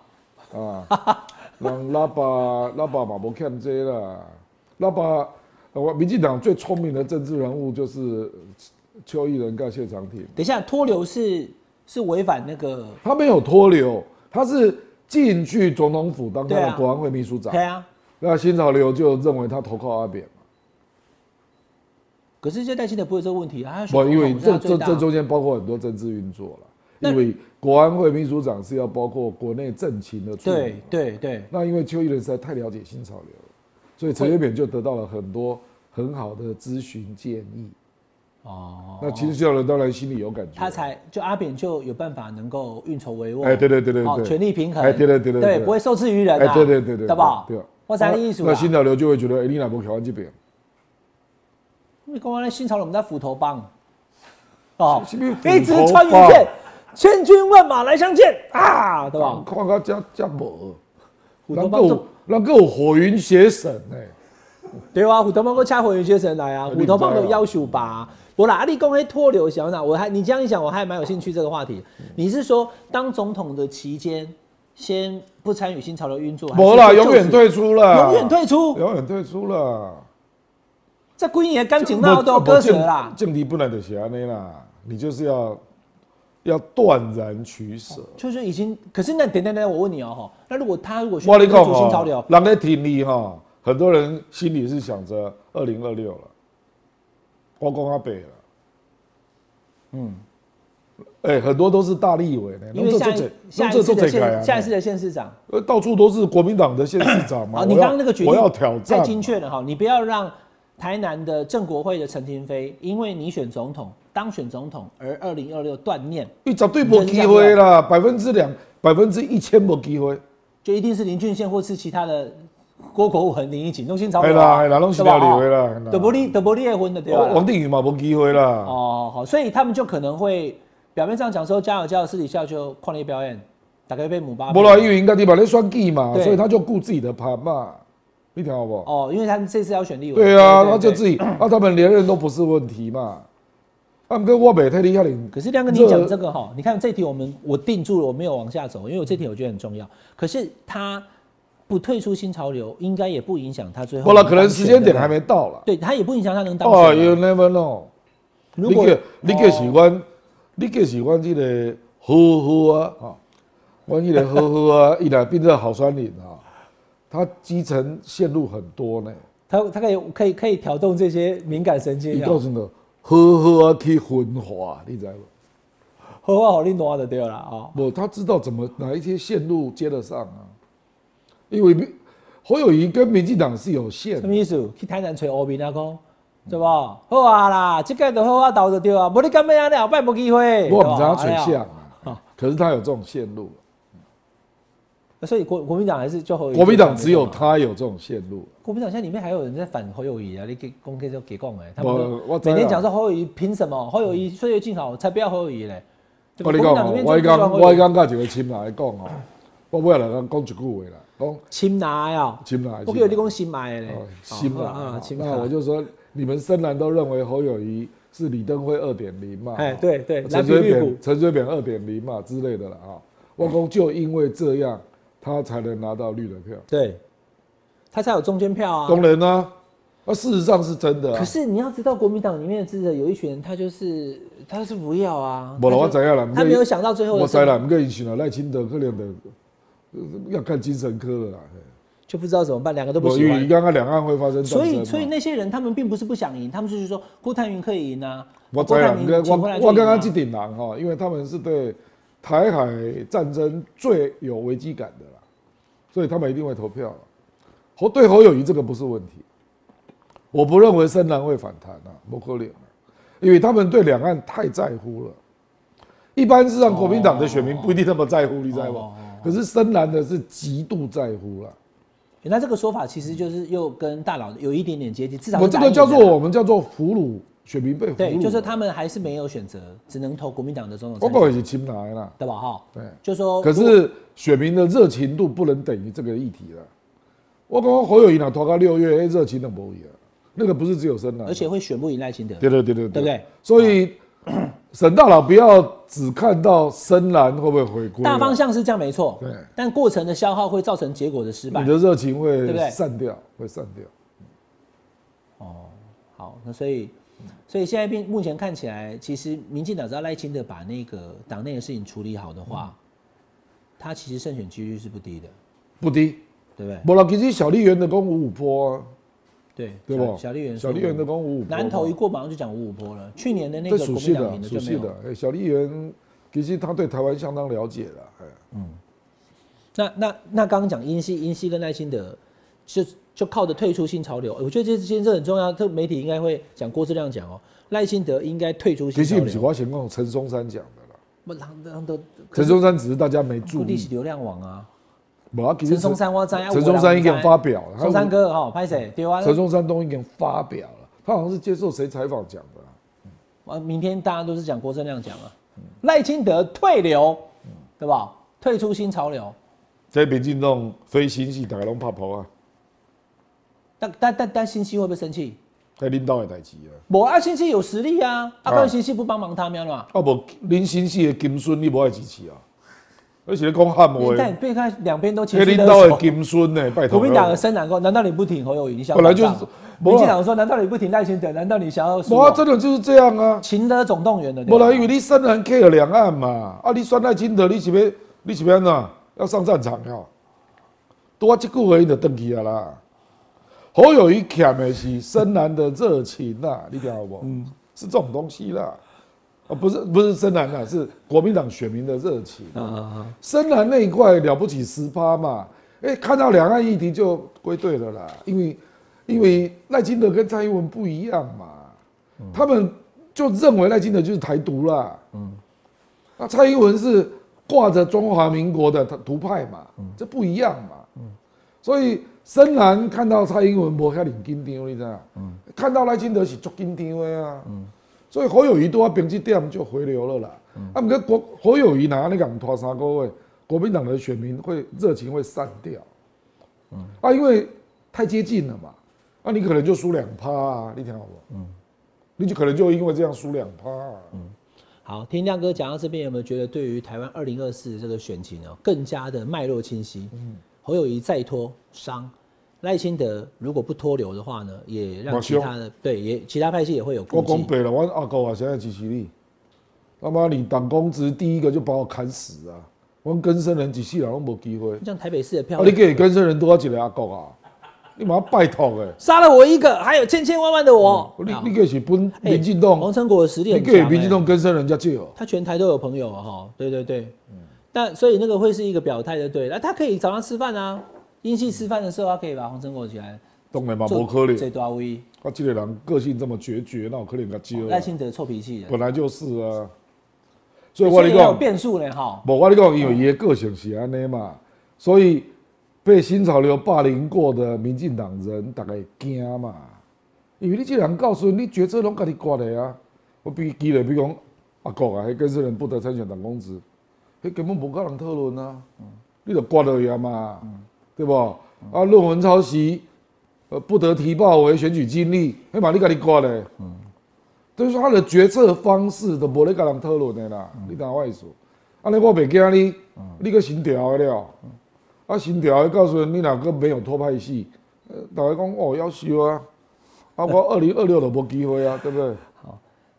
[SPEAKER 2] 哦、
[SPEAKER 1] 啊，人拉巴拉巴嘛无欠这啦，拉巴我民进党最聪明的政治人物就是邱毅人跟谢长廷，
[SPEAKER 2] 等一下，脱流是是违反那个
[SPEAKER 1] 他没有脱流，他是进去总统府当他
[SPEAKER 2] 对
[SPEAKER 1] 的
[SPEAKER 2] 啊
[SPEAKER 1] 国安会秘书长，
[SPEAKER 2] 对啊，
[SPEAKER 1] 那新潮流就认为他投靠阿扁嘛，
[SPEAKER 2] 可是这代新的不会有这个问题啊，他要选
[SPEAKER 1] 不，
[SPEAKER 2] 总
[SPEAKER 1] 因
[SPEAKER 2] 统
[SPEAKER 1] 为这这这
[SPEAKER 2] 是他最大
[SPEAKER 1] 中间包括很多政治运作了，
[SPEAKER 2] 那
[SPEAKER 1] 因为国安会秘书长是要包括国内政情的处理
[SPEAKER 2] 对
[SPEAKER 1] 嘛
[SPEAKER 2] 对对，
[SPEAKER 1] 那因为邱毅人实在太了解新潮流了，所以陈水扁就得到了很多很好的咨询建议。
[SPEAKER 2] 哦，
[SPEAKER 1] 那其实新潮流当然心里有感觉，
[SPEAKER 2] 他才就阿扁就有办法能够运筹帷幄，
[SPEAKER 1] 哎对对对对
[SPEAKER 2] 哦
[SPEAKER 1] 对
[SPEAKER 2] 权力平衡，
[SPEAKER 1] 哎对对对对
[SPEAKER 2] 对，
[SPEAKER 1] 对
[SPEAKER 2] 不会受制于人
[SPEAKER 1] 哎
[SPEAKER 2] 啊，
[SPEAKER 1] 对对对对，
[SPEAKER 2] 对吧？
[SPEAKER 1] 对啊，
[SPEAKER 2] 我才艺术
[SPEAKER 1] 那
[SPEAKER 2] 啦
[SPEAKER 1] 那，新潮流就会觉得，哎，你哪不台湾这边？
[SPEAKER 2] 因为刚刚那新潮流我们在斧头帮，哦
[SPEAKER 1] 是不是斧头，帮
[SPEAKER 2] 一直穿云箭，千军万马来相见啊，对吧？
[SPEAKER 1] 看到这这无，
[SPEAKER 2] 虎
[SPEAKER 1] 那个
[SPEAKER 2] 头帮
[SPEAKER 1] 有那个有火云邪神哎、
[SPEAKER 2] 对啊，虎头帮够掐回云学神来啊，
[SPEAKER 1] 哎
[SPEAKER 2] 虎头帮
[SPEAKER 1] 你
[SPEAKER 2] 都
[SPEAKER 1] 不知道啊
[SPEAKER 2] 要求吧。我啦，阿力公黑脱流小娜，我还你这样一讲，我还蛮有兴趣这个话题。
[SPEAKER 1] 嗯
[SPEAKER 2] 你是说当总统的期间，先不参与新潮流运作，还是
[SPEAKER 1] 没啦，
[SPEAKER 2] 就
[SPEAKER 1] 永远，退出了，
[SPEAKER 2] 永远，退出。
[SPEAKER 1] 永远退出了。
[SPEAKER 2] 这归你的感情那都
[SPEAKER 1] 不
[SPEAKER 2] 割舍啦。
[SPEAKER 1] 政政敌不能的是安尼啦，你就是要要断然取舍。
[SPEAKER 2] 就是已经，可是那等等等，我问你哦、吼那如果他如果
[SPEAKER 1] 我跟
[SPEAKER 2] 退
[SPEAKER 1] 你讲
[SPEAKER 2] 出新潮流
[SPEAKER 1] 哦，，人在听你哈，很多人心里是想着二零二六了，我讲阿北了，嗯，哎、很多都是大立委呢，
[SPEAKER 2] 因为下
[SPEAKER 1] 弄
[SPEAKER 2] 一
[SPEAKER 1] 这
[SPEAKER 2] 下一
[SPEAKER 1] 做
[SPEAKER 2] 次
[SPEAKER 1] 做这
[SPEAKER 2] 的
[SPEAKER 1] 做
[SPEAKER 2] 县下一
[SPEAKER 1] 改
[SPEAKER 2] 次
[SPEAKER 1] 啊，
[SPEAKER 2] 的县市长，
[SPEAKER 1] 呃到处都是国民党的县市长嘛，
[SPEAKER 2] 好，你
[SPEAKER 1] 我要
[SPEAKER 2] 刚刚那个举例
[SPEAKER 1] 我要挑战
[SPEAKER 2] 太
[SPEAKER 1] 嘛，
[SPEAKER 2] 精确了哈，你不要让台南的郑国会的陈廷飞，因为你选总统当选总统而二零二六断念，
[SPEAKER 1] 你绝对没机会啦，百分之两、百分之一千没机会。
[SPEAKER 2] 就一定是林俊宪或是其他的郭国文、林一锦、弄新潮
[SPEAKER 1] 哎
[SPEAKER 2] 流
[SPEAKER 1] 啦
[SPEAKER 2] 啊，
[SPEAKER 1] 哎啦，拢是
[SPEAKER 2] 对吧
[SPEAKER 1] 了理会啦，
[SPEAKER 2] 德伯利德伯利婚的对吧？
[SPEAKER 1] 哦王王定宇嘛没机会啦，
[SPEAKER 2] 哦，好，所以他们就可能会表面上讲说加油加油，私底下就旷力表演，大概被姆巴。
[SPEAKER 1] 啊无啦，因为人家你把那算计嘛，
[SPEAKER 2] 对
[SPEAKER 1] 所以他就顾自己的盘嘛，你听好不好？
[SPEAKER 2] 哦，因为他们这次要选立委，
[SPEAKER 1] 对啊，他
[SPEAKER 2] 对
[SPEAKER 1] 就自己， 啊，他们连任都不是问题嘛。他们跟我北泰利亚领，
[SPEAKER 2] 可是亮哥，你讲
[SPEAKER 1] 热
[SPEAKER 2] 这个哈，你看这题我们我定住了，我没有往下走，因为我这题我觉得很重要。可是他不退出新潮流，应该也不影响他最后。
[SPEAKER 1] 好了，可能时间点还，没到了。
[SPEAKER 2] 对他也不影响他能当
[SPEAKER 1] 哦，You
[SPEAKER 2] 选啊。
[SPEAKER 1] never know。
[SPEAKER 2] 如
[SPEAKER 1] 你
[SPEAKER 2] 果哦
[SPEAKER 1] 个你个喜欢，你个喜欢这个呵呵啊，哈，我这个呵呵 啊，一来变成好酸岭啊，它基层线路很多呢。
[SPEAKER 2] 他他可以可以可以调动这些敏感神
[SPEAKER 1] 你
[SPEAKER 2] 经啊，
[SPEAKER 1] 告诉你，呵呵啊去混华，你知道吗？
[SPEAKER 2] 好好好你挪的对了啊。哦
[SPEAKER 1] 我他知道怎么哪一些线路接得上啊，因为民侯友谊跟民进党是有线
[SPEAKER 2] 什么意思？去台南找欧民啊讲，对不？好啊啦，这个就好啊投就对啊，无你干咩啊？你后摆无机会。哦
[SPEAKER 1] 我
[SPEAKER 2] 对
[SPEAKER 1] 们常
[SPEAKER 2] 吧
[SPEAKER 1] 常垂。
[SPEAKER 2] 这
[SPEAKER 1] 向
[SPEAKER 2] 样
[SPEAKER 1] 啊，可是他有这种线 路，
[SPEAKER 2] 啊所以国国民党还是就侯友宜
[SPEAKER 1] 国民党只有
[SPEAKER 2] 嘛
[SPEAKER 1] 他有这种线路，
[SPEAKER 2] 国民党现在里面还有人在反侯友谊啊！你给公开就给供哎，他们
[SPEAKER 1] 我我
[SPEAKER 2] 都
[SPEAKER 1] 知道嗯
[SPEAKER 2] 每天讲说侯友谊凭什么？侯友谊岁月静好，才不要侯友谊嘞！
[SPEAKER 1] 我跟你
[SPEAKER 2] 国
[SPEAKER 1] 讲
[SPEAKER 2] 民党里
[SPEAKER 1] 哦，
[SPEAKER 2] 面
[SPEAKER 1] 我
[SPEAKER 2] 就不喜欢
[SPEAKER 1] 刚
[SPEAKER 2] 侯
[SPEAKER 1] 我
[SPEAKER 2] 友宜
[SPEAKER 1] 刚跟一个亲来讲哦，我尾来人讲一句话啦，讲
[SPEAKER 2] 亲拿呀，
[SPEAKER 1] 亲来，
[SPEAKER 2] 我给你讲新买的嘞
[SPEAKER 1] 哦，心
[SPEAKER 2] 哦
[SPEAKER 1] 啦，
[SPEAKER 2] 啊，
[SPEAKER 1] 啊
[SPEAKER 2] 亲，
[SPEAKER 1] 那我就说你们深蓝都认为侯友谊是李登辉二点零嘛，
[SPEAKER 2] 哎
[SPEAKER 1] 哦
[SPEAKER 2] 对对蓝
[SPEAKER 1] 陈
[SPEAKER 2] 皮
[SPEAKER 1] 水
[SPEAKER 2] 绿股
[SPEAKER 1] 扁陈水扁二点零嘛之类的了啊，我公就因为这样，他才能拿到绿的票，
[SPEAKER 2] 对，他才有中间票啊。
[SPEAKER 1] 当然啦，啊，事实上是真的啊，
[SPEAKER 2] 可是你要知道，国民党里面的支持者有一群人，他就是他就是不要啊。
[SPEAKER 1] 没了我
[SPEAKER 2] 他就
[SPEAKER 1] 知道啦
[SPEAKER 2] 他没有想到最后
[SPEAKER 1] 我
[SPEAKER 2] 的
[SPEAKER 1] 知
[SPEAKER 2] 时
[SPEAKER 1] 啦，
[SPEAKER 2] 候，
[SPEAKER 1] 唔过伊想啦，赖清德可能的要看精神科了啦，
[SPEAKER 2] 就不知道怎么办，两个都不
[SPEAKER 1] 我
[SPEAKER 2] 喜
[SPEAKER 1] 因为
[SPEAKER 2] 欢。
[SPEAKER 1] 刚刚两岸会发生战争
[SPEAKER 2] 所
[SPEAKER 1] 嘛，
[SPEAKER 2] 以，所以那些人他们并不是不想赢，他们就是说郭台铭可以赢啊，
[SPEAKER 1] 我知
[SPEAKER 2] 郭台
[SPEAKER 1] 啦，
[SPEAKER 2] 铭
[SPEAKER 1] 唔过
[SPEAKER 2] 请回来
[SPEAKER 1] 我
[SPEAKER 2] 就
[SPEAKER 1] 我刚
[SPEAKER 2] 赢啊
[SPEAKER 1] 刚这点人哈，因为他们是对台海战争最有危机感的啦，所以他们一定会投票啦。侯对侯友谊这个不是问题，我不认为深蓝会反弹啊，不可能啊，因为他们对两岸太在乎了。一般是
[SPEAKER 2] 哦
[SPEAKER 1] 让国民党的选民不一定那么在乎，你知道吗？可是深蓝的是极度在乎啦。
[SPEAKER 2] 欸那这个说法其实就是又跟大佬有一点点接近，至少
[SPEAKER 1] 我
[SPEAKER 2] 是
[SPEAKER 1] 这
[SPEAKER 2] 打
[SPEAKER 1] 个
[SPEAKER 2] 赢
[SPEAKER 1] 叫做
[SPEAKER 2] 的啊
[SPEAKER 1] 我们叫做俘虏，选民被俘
[SPEAKER 2] 对，
[SPEAKER 1] 虏。啊
[SPEAKER 2] 就是他们还是没有选择，只能投国民党的总统
[SPEAKER 1] 我
[SPEAKER 2] 参
[SPEAKER 1] 搞
[SPEAKER 2] 选，
[SPEAKER 1] 也是亲来啦。
[SPEAKER 2] 对吧？哈，
[SPEAKER 1] 对
[SPEAKER 2] 就说
[SPEAKER 1] 可
[SPEAKER 2] 如果
[SPEAKER 1] 是选民的热情度不能等于这个议题了。我刚刚侯友谊呢，拖到六月，哎热情都不一样，那个不是只有深蓝，
[SPEAKER 2] 而且会选不赢赖清德，
[SPEAKER 1] 对对对对
[SPEAKER 2] 对不对？啊
[SPEAKER 1] 所以 沈大佬不要只看到深蓝会不会回归啊，
[SPEAKER 2] 大方向是这样没错，
[SPEAKER 1] 对
[SPEAKER 2] 但过程的消耗会造成结果的失败
[SPEAKER 1] 你。的热情会
[SPEAKER 2] 对不对
[SPEAKER 1] 散掉，会散掉。
[SPEAKER 2] 好，那所以，所以现在并目前看起来，其实民进党只要赖清德把那个党内的事情处理好的
[SPEAKER 1] 嗯
[SPEAKER 2] 话，他其实胜选几率是不低的，
[SPEAKER 1] 不低，
[SPEAKER 2] 对不对？
[SPEAKER 1] 不啦，其实小丽园的攻五五坡啊，
[SPEAKER 2] 对，
[SPEAKER 1] 对
[SPEAKER 2] 小
[SPEAKER 1] 不？
[SPEAKER 2] 小丽媛说
[SPEAKER 1] 小丽园的攻五五坡嘛，
[SPEAKER 2] 南投一过马上就讲五五波了，去年的那
[SPEAKER 1] 这
[SPEAKER 2] 个
[SPEAKER 1] 属
[SPEAKER 2] 国
[SPEAKER 1] 系
[SPEAKER 2] 民
[SPEAKER 1] 的
[SPEAKER 2] 党
[SPEAKER 1] 啊
[SPEAKER 2] 赢的
[SPEAKER 1] 属
[SPEAKER 2] 就没
[SPEAKER 1] 系的
[SPEAKER 2] 有。，
[SPEAKER 1] 哎，小丽园其实他对台湾相当了解了，哎。
[SPEAKER 2] 那那那刚刚讲英系，英系跟赖清德就就靠着退出新潮流，我觉得这件事很重要，这媒体应该会讲郭志亮讲哦，赖清德应该退出
[SPEAKER 1] 其
[SPEAKER 2] 新
[SPEAKER 1] 实
[SPEAKER 2] 潮
[SPEAKER 1] 不是
[SPEAKER 2] 流。
[SPEAKER 1] 我想讲陈松山讲的啦，
[SPEAKER 2] 不，让让都
[SPEAKER 1] 陈松山只是大家没注
[SPEAKER 2] 固定是
[SPEAKER 1] 意。
[SPEAKER 2] 流量网啊，
[SPEAKER 1] 无啊，其实
[SPEAKER 2] 陈松山我知道，
[SPEAKER 1] 陈松山已经发表啊了，
[SPEAKER 2] 松山哥哈拍谁？对啊
[SPEAKER 1] 他，嗯陈松山都已经发表了，他好像是接受谁采访讲的啦。
[SPEAKER 2] 啊，明天大家都是讲郭正亮讲啊，赖清德退流，对吧？退出新潮流，
[SPEAKER 1] 在民进党非新系大家拢拍破啊，
[SPEAKER 2] 但但但但新希会不会生气？
[SPEAKER 1] 在领导的代志啊。
[SPEAKER 2] 我啊，新希有实力啊，啊，不
[SPEAKER 1] 啊
[SPEAKER 2] 然新希不帮忙他们了嘛？
[SPEAKER 1] 啊无，恁新系的金孙你无爱支持啊？而且你讲汉话
[SPEAKER 2] 你，看，别看两边都情
[SPEAKER 1] 那
[SPEAKER 2] 绪
[SPEAKER 1] 领
[SPEAKER 2] 勒
[SPEAKER 1] 导的
[SPEAKER 2] 索。
[SPEAKER 1] 金孙呢？拜托。
[SPEAKER 2] 国民党的深蓝过，难道你不挺侯友谊？你想
[SPEAKER 1] 本来就是
[SPEAKER 2] 打仗
[SPEAKER 1] 没
[SPEAKER 2] 民
[SPEAKER 1] 有啊
[SPEAKER 2] 进党说，难道你不挺赖清德？难道你想要输
[SPEAKER 1] 我
[SPEAKER 2] 哦？
[SPEAKER 1] 真的就是这样啊。
[SPEAKER 2] 情勒总动员的，对
[SPEAKER 1] 无
[SPEAKER 2] 吧
[SPEAKER 1] 啦，因为你深蓝 care 两岸嘛，啊，你选赖清德，你是要你是要安怎？要上战场了？拄啊，即句话伊就登去啊啦。侯友谊欠的是深蓝的热情呐、你听好不？嗯，是这种东西啦。啊，不是不是深蓝啊，是国民党选民的热情。
[SPEAKER 2] 啊啊啊！
[SPEAKER 1] 深蓝那一块了不起十趴嘛，哎、看到两岸议题就归队了啦，因为因为赖清德跟蔡英文不一样嘛，他们就认为赖清德就是台独啦，嗯，那蔡英文是挂着中华民国的独派嘛，这不一样嘛，所以深蓝看到蔡英文无遐尔紧张，你知道？看到赖清德是足紧张的啊。所以侯友谊对我凭这点就回流了啦。啊，不过国侯友谊拿那个拖三个月，国民党的选民会热情会散掉。啊，因为太接近了嘛，啊，你可能就输两趴啊，你听好不？嗯，你就可能就因为这样输两趴啊。
[SPEAKER 2] 好，听亮哥讲到这边，有没有觉得对于台湾二零二四这个选情哦，更加的脉络清晰？
[SPEAKER 1] 嗯
[SPEAKER 2] 侯友谊再拖伤，赖清德如果不脱流的话呢，也让
[SPEAKER 1] 马
[SPEAKER 2] 其
[SPEAKER 1] 修
[SPEAKER 2] 他的对也其他派系也会有顾
[SPEAKER 1] 我
[SPEAKER 2] 忌
[SPEAKER 1] 讲。白了，我阿哥啊，现在支持你。他妈，你党公职第一个就把我砍死啊！我跟生人几世人都没机会。
[SPEAKER 2] 像台北市的票
[SPEAKER 1] 啊，，你给跟生人多少一个阿哥啊？你马上拜托诶、
[SPEAKER 2] 杀了我一个，还有千千万万的我。
[SPEAKER 1] 你
[SPEAKER 2] 好
[SPEAKER 1] 嗯你给是本
[SPEAKER 2] 哎
[SPEAKER 1] 民进党
[SPEAKER 2] 黄成国的实力
[SPEAKER 1] 你
[SPEAKER 2] 很
[SPEAKER 1] 给
[SPEAKER 2] 强、
[SPEAKER 1] 民进
[SPEAKER 2] 欸，
[SPEAKER 1] 党跟生人家借哦，
[SPEAKER 2] 他全台都有朋友哈、哦，对对对，
[SPEAKER 1] 嗯
[SPEAKER 2] 但所以那个会是一个表态的，对，那他可以找他吃饭啊，英系吃饭的时候，他可以把黄成国起来
[SPEAKER 1] 当然嘛，
[SPEAKER 2] 做
[SPEAKER 1] 无可
[SPEAKER 2] 这
[SPEAKER 1] 能。
[SPEAKER 2] 大威，
[SPEAKER 1] 我这个人个性这么决绝，那我可能给他借
[SPEAKER 2] 赖
[SPEAKER 1] 啊。
[SPEAKER 2] 清德臭脾气的，
[SPEAKER 1] 本来就是啊，所
[SPEAKER 2] 所
[SPEAKER 1] 以我
[SPEAKER 2] 以
[SPEAKER 1] 跟你
[SPEAKER 2] 也有
[SPEAKER 1] 讲，
[SPEAKER 2] 变数呢哈，
[SPEAKER 1] 无我跟你讲，因为伊的个性是安尼嘛，所以被新潮流霸凌过的民进党人，大概惊嘛。因为你这个人告诉你，决策拢家己决的啊。我比举例，比如讲阿国啊，迄跟生人不得参选党公职，迄根本无甲人讨论啊。你就挂了呀嘛，对不？啊，论文抄袭，呃，不得提报为选举经历，哎嘛，你家己挂嘞。嗯，等于说他的决策方式都无咧甲人讨论的啦，你当我意思？安尼我袂惊你，你个新调的了，啊，新调的告诉你哪个没有托派系，呃，大家讲哦要修啊，啊，我二零二六都无机会啊，对不对？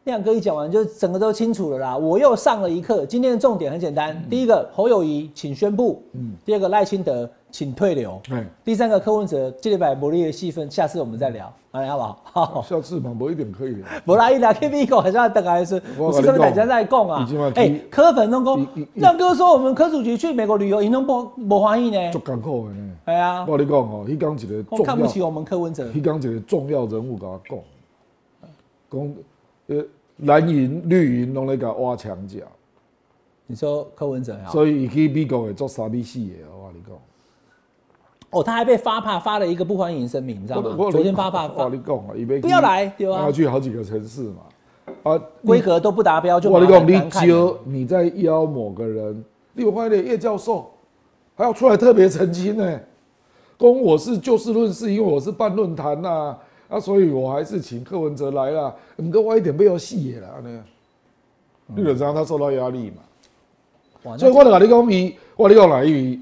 [SPEAKER 2] 亮哥一讲完，就整个都清楚了啦。我又上了一课。今天的重点很简
[SPEAKER 1] 嗯
[SPEAKER 2] 单：第一个，侯友谊请宣布；第二个，赖清德请退流；
[SPEAKER 1] 哎，
[SPEAKER 2] 第三个，柯文哲这礼拜不利的戏份，下次我们再聊，好来好不好？好，
[SPEAKER 1] 下次嘛，无一定可以的。
[SPEAKER 2] 不啦，伊俩 K B 狗还是要等还是？
[SPEAKER 1] 我
[SPEAKER 2] 不是这
[SPEAKER 1] 跟
[SPEAKER 2] 么大
[SPEAKER 1] 你
[SPEAKER 2] 家
[SPEAKER 1] 讲
[SPEAKER 2] 在供啊
[SPEAKER 1] 你这摆？
[SPEAKER 2] 哎
[SPEAKER 1] 去，嗯
[SPEAKER 2] 柯粉拢讲
[SPEAKER 1] 伊伊，伊
[SPEAKER 2] 亮哥说我们柯主席去美国旅游，伊拢不不欢迎呢
[SPEAKER 1] 足。艰苦的呢。
[SPEAKER 2] 哎呀，
[SPEAKER 1] 我跟你讲哦，迄讲一个
[SPEAKER 2] 我
[SPEAKER 1] 重
[SPEAKER 2] 看不
[SPEAKER 1] 要，
[SPEAKER 2] 起我们 柯文哲。
[SPEAKER 1] 迄讲一个重要人物甲我讲，讲呃蓝营、绿营拢咧甲挖墙脚，
[SPEAKER 2] 你说柯文哲呀？
[SPEAKER 1] 所以伊去美国会做傻逼死的。我跟你讲，
[SPEAKER 2] 哦，他还被发帕发了一个不欢迎声明，你知道吗？
[SPEAKER 1] 我
[SPEAKER 2] 昨天发帕
[SPEAKER 1] 我
[SPEAKER 2] 发
[SPEAKER 1] 跟你讲啊，伊要去
[SPEAKER 2] 不要来对啊
[SPEAKER 1] 他要去好几个城市嘛。啊，
[SPEAKER 2] 规格都不达标，就
[SPEAKER 1] 我跟
[SPEAKER 2] 麻
[SPEAKER 1] 你讲，你
[SPEAKER 2] 烦难看了
[SPEAKER 1] 招你在邀某个人，例如发现叶教授，还要出来特别澄清呢、公我是就事论事，因为我是办论坛呐，啊，所以我还是请柯文哲来啦。你跟我一点没有戏也啦，这样你就知道他受到压力嘛。
[SPEAKER 2] 哇，
[SPEAKER 1] 所
[SPEAKER 2] 那
[SPEAKER 1] 以我就跟你讲，伊我跟你讲啦，伊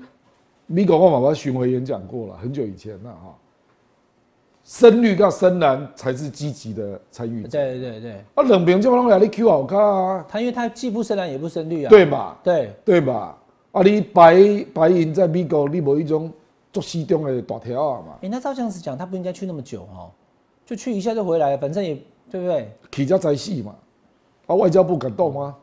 [SPEAKER 1] 美国我妈妈巡回演讲过了，很久以前了哈。深绿到深蓝才是积极的参与者，
[SPEAKER 2] 对对对，
[SPEAKER 1] 啊，冷平就拢来你 Q 好看啊，
[SPEAKER 2] 他因为他既不深蓝也不深绿啊。
[SPEAKER 1] 对嘛？
[SPEAKER 2] 对，
[SPEAKER 1] 对吧？啊，你白白银在美国，你无一种作西中的大条啊嘛，
[SPEAKER 2] 哎，那照这样子讲，他不应该去那么久哦，就去一下就回来了，反正也对不对？
[SPEAKER 1] 起才在死嘛，啊，外交部敢动吗？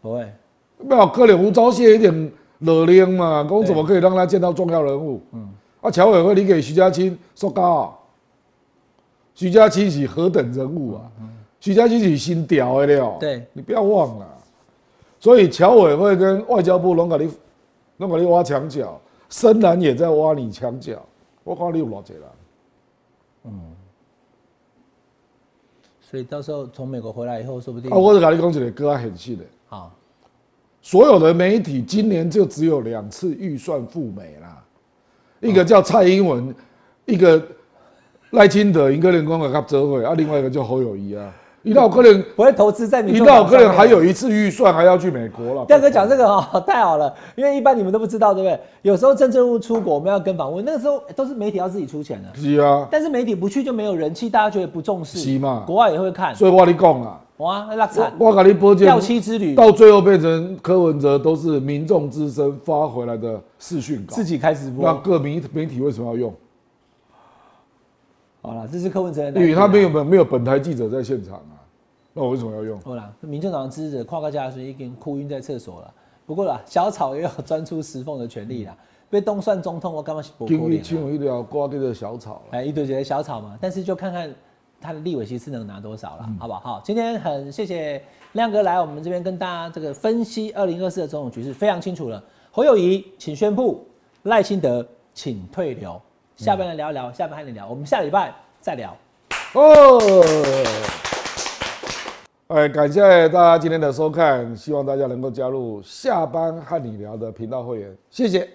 [SPEAKER 2] 不会，
[SPEAKER 1] 没有，可能吴钊燮一点热脸嘛，讲怎么可以让他见到重要人物？嗯，啊，侨委会你给徐家清说高、啊，徐家清是何等人物啊？徐家清是新调的了，
[SPEAKER 2] 对，
[SPEAKER 1] 你不要忘了，所以侨委会跟外交部拢给你拢给你挖墙角，深蓝也在挖你墙角，我看你有偌济人。
[SPEAKER 2] 所以到时候从美国回来以后，说不定
[SPEAKER 1] 啊，我就跟你讲一个更加很细的，
[SPEAKER 2] 好
[SPEAKER 1] 所有的媒体今年就只有两次预算赴美啦，一个叫蔡英文，一个赖清德，一个人工的合折会，啊，另外一个叫侯友谊啊，一道可能
[SPEAKER 2] 不会投资在民
[SPEAKER 1] 一
[SPEAKER 2] 众
[SPEAKER 1] 道
[SPEAKER 2] 党
[SPEAKER 1] 可能
[SPEAKER 2] 上面
[SPEAKER 1] 还有一次预算还要去美国了。
[SPEAKER 2] 亮哥讲这个哈、 太好了，因为一般你们都不知道，对不对？有时候政治人物出国，我们要跟访问，那个时候都是媒体要自己出钱的，
[SPEAKER 1] 是啊，
[SPEAKER 2] 但是媒体不去就没有人气，大家觉得不重视，
[SPEAKER 1] 是嘛
[SPEAKER 2] 国外也会看，
[SPEAKER 1] 所以我跟你讲啦，
[SPEAKER 2] 哇，那惨，
[SPEAKER 1] 我我跟你保
[SPEAKER 2] 掉
[SPEAKER 1] 证，
[SPEAKER 2] 漆之旅，哦
[SPEAKER 1] 到最后变成柯文哲都是民众之声发回来的视讯稿
[SPEAKER 2] 自，己开直
[SPEAKER 1] 那
[SPEAKER 2] 播，
[SPEAKER 1] 各媒媒体为什么要用？
[SPEAKER 2] 好了，这是柯文哲的难
[SPEAKER 1] 因
[SPEAKER 2] 题啊，
[SPEAKER 1] 为他没有本没有本台记者在现场啊，那我为什么要用？
[SPEAKER 2] 好啦，民政党支持者跨过家水已经哭晕在厕所了。不过啦，小草也有钻出石缝的权利啦。被东算总统，我干嘛不
[SPEAKER 1] 经
[SPEAKER 2] 过
[SPEAKER 1] 历
[SPEAKER 2] 脸？啊
[SPEAKER 1] 清有一条挂这个小草了。
[SPEAKER 2] 哎，一堆觉得小草嘛，但是就看看他的立委席次能拿多少了，好不好？好，今天很谢谢亮哥来我们这边跟大家这个分析二零二四的总统局势非常清楚了。侯友谊请宣布，赖清德请退流。下班来聊一聊，下班还得聊，我们下礼拜再聊。
[SPEAKER 1] 哦，哎，感谢大家今天的收看，希望大家能够加入下班和你聊的频道会员，谢谢。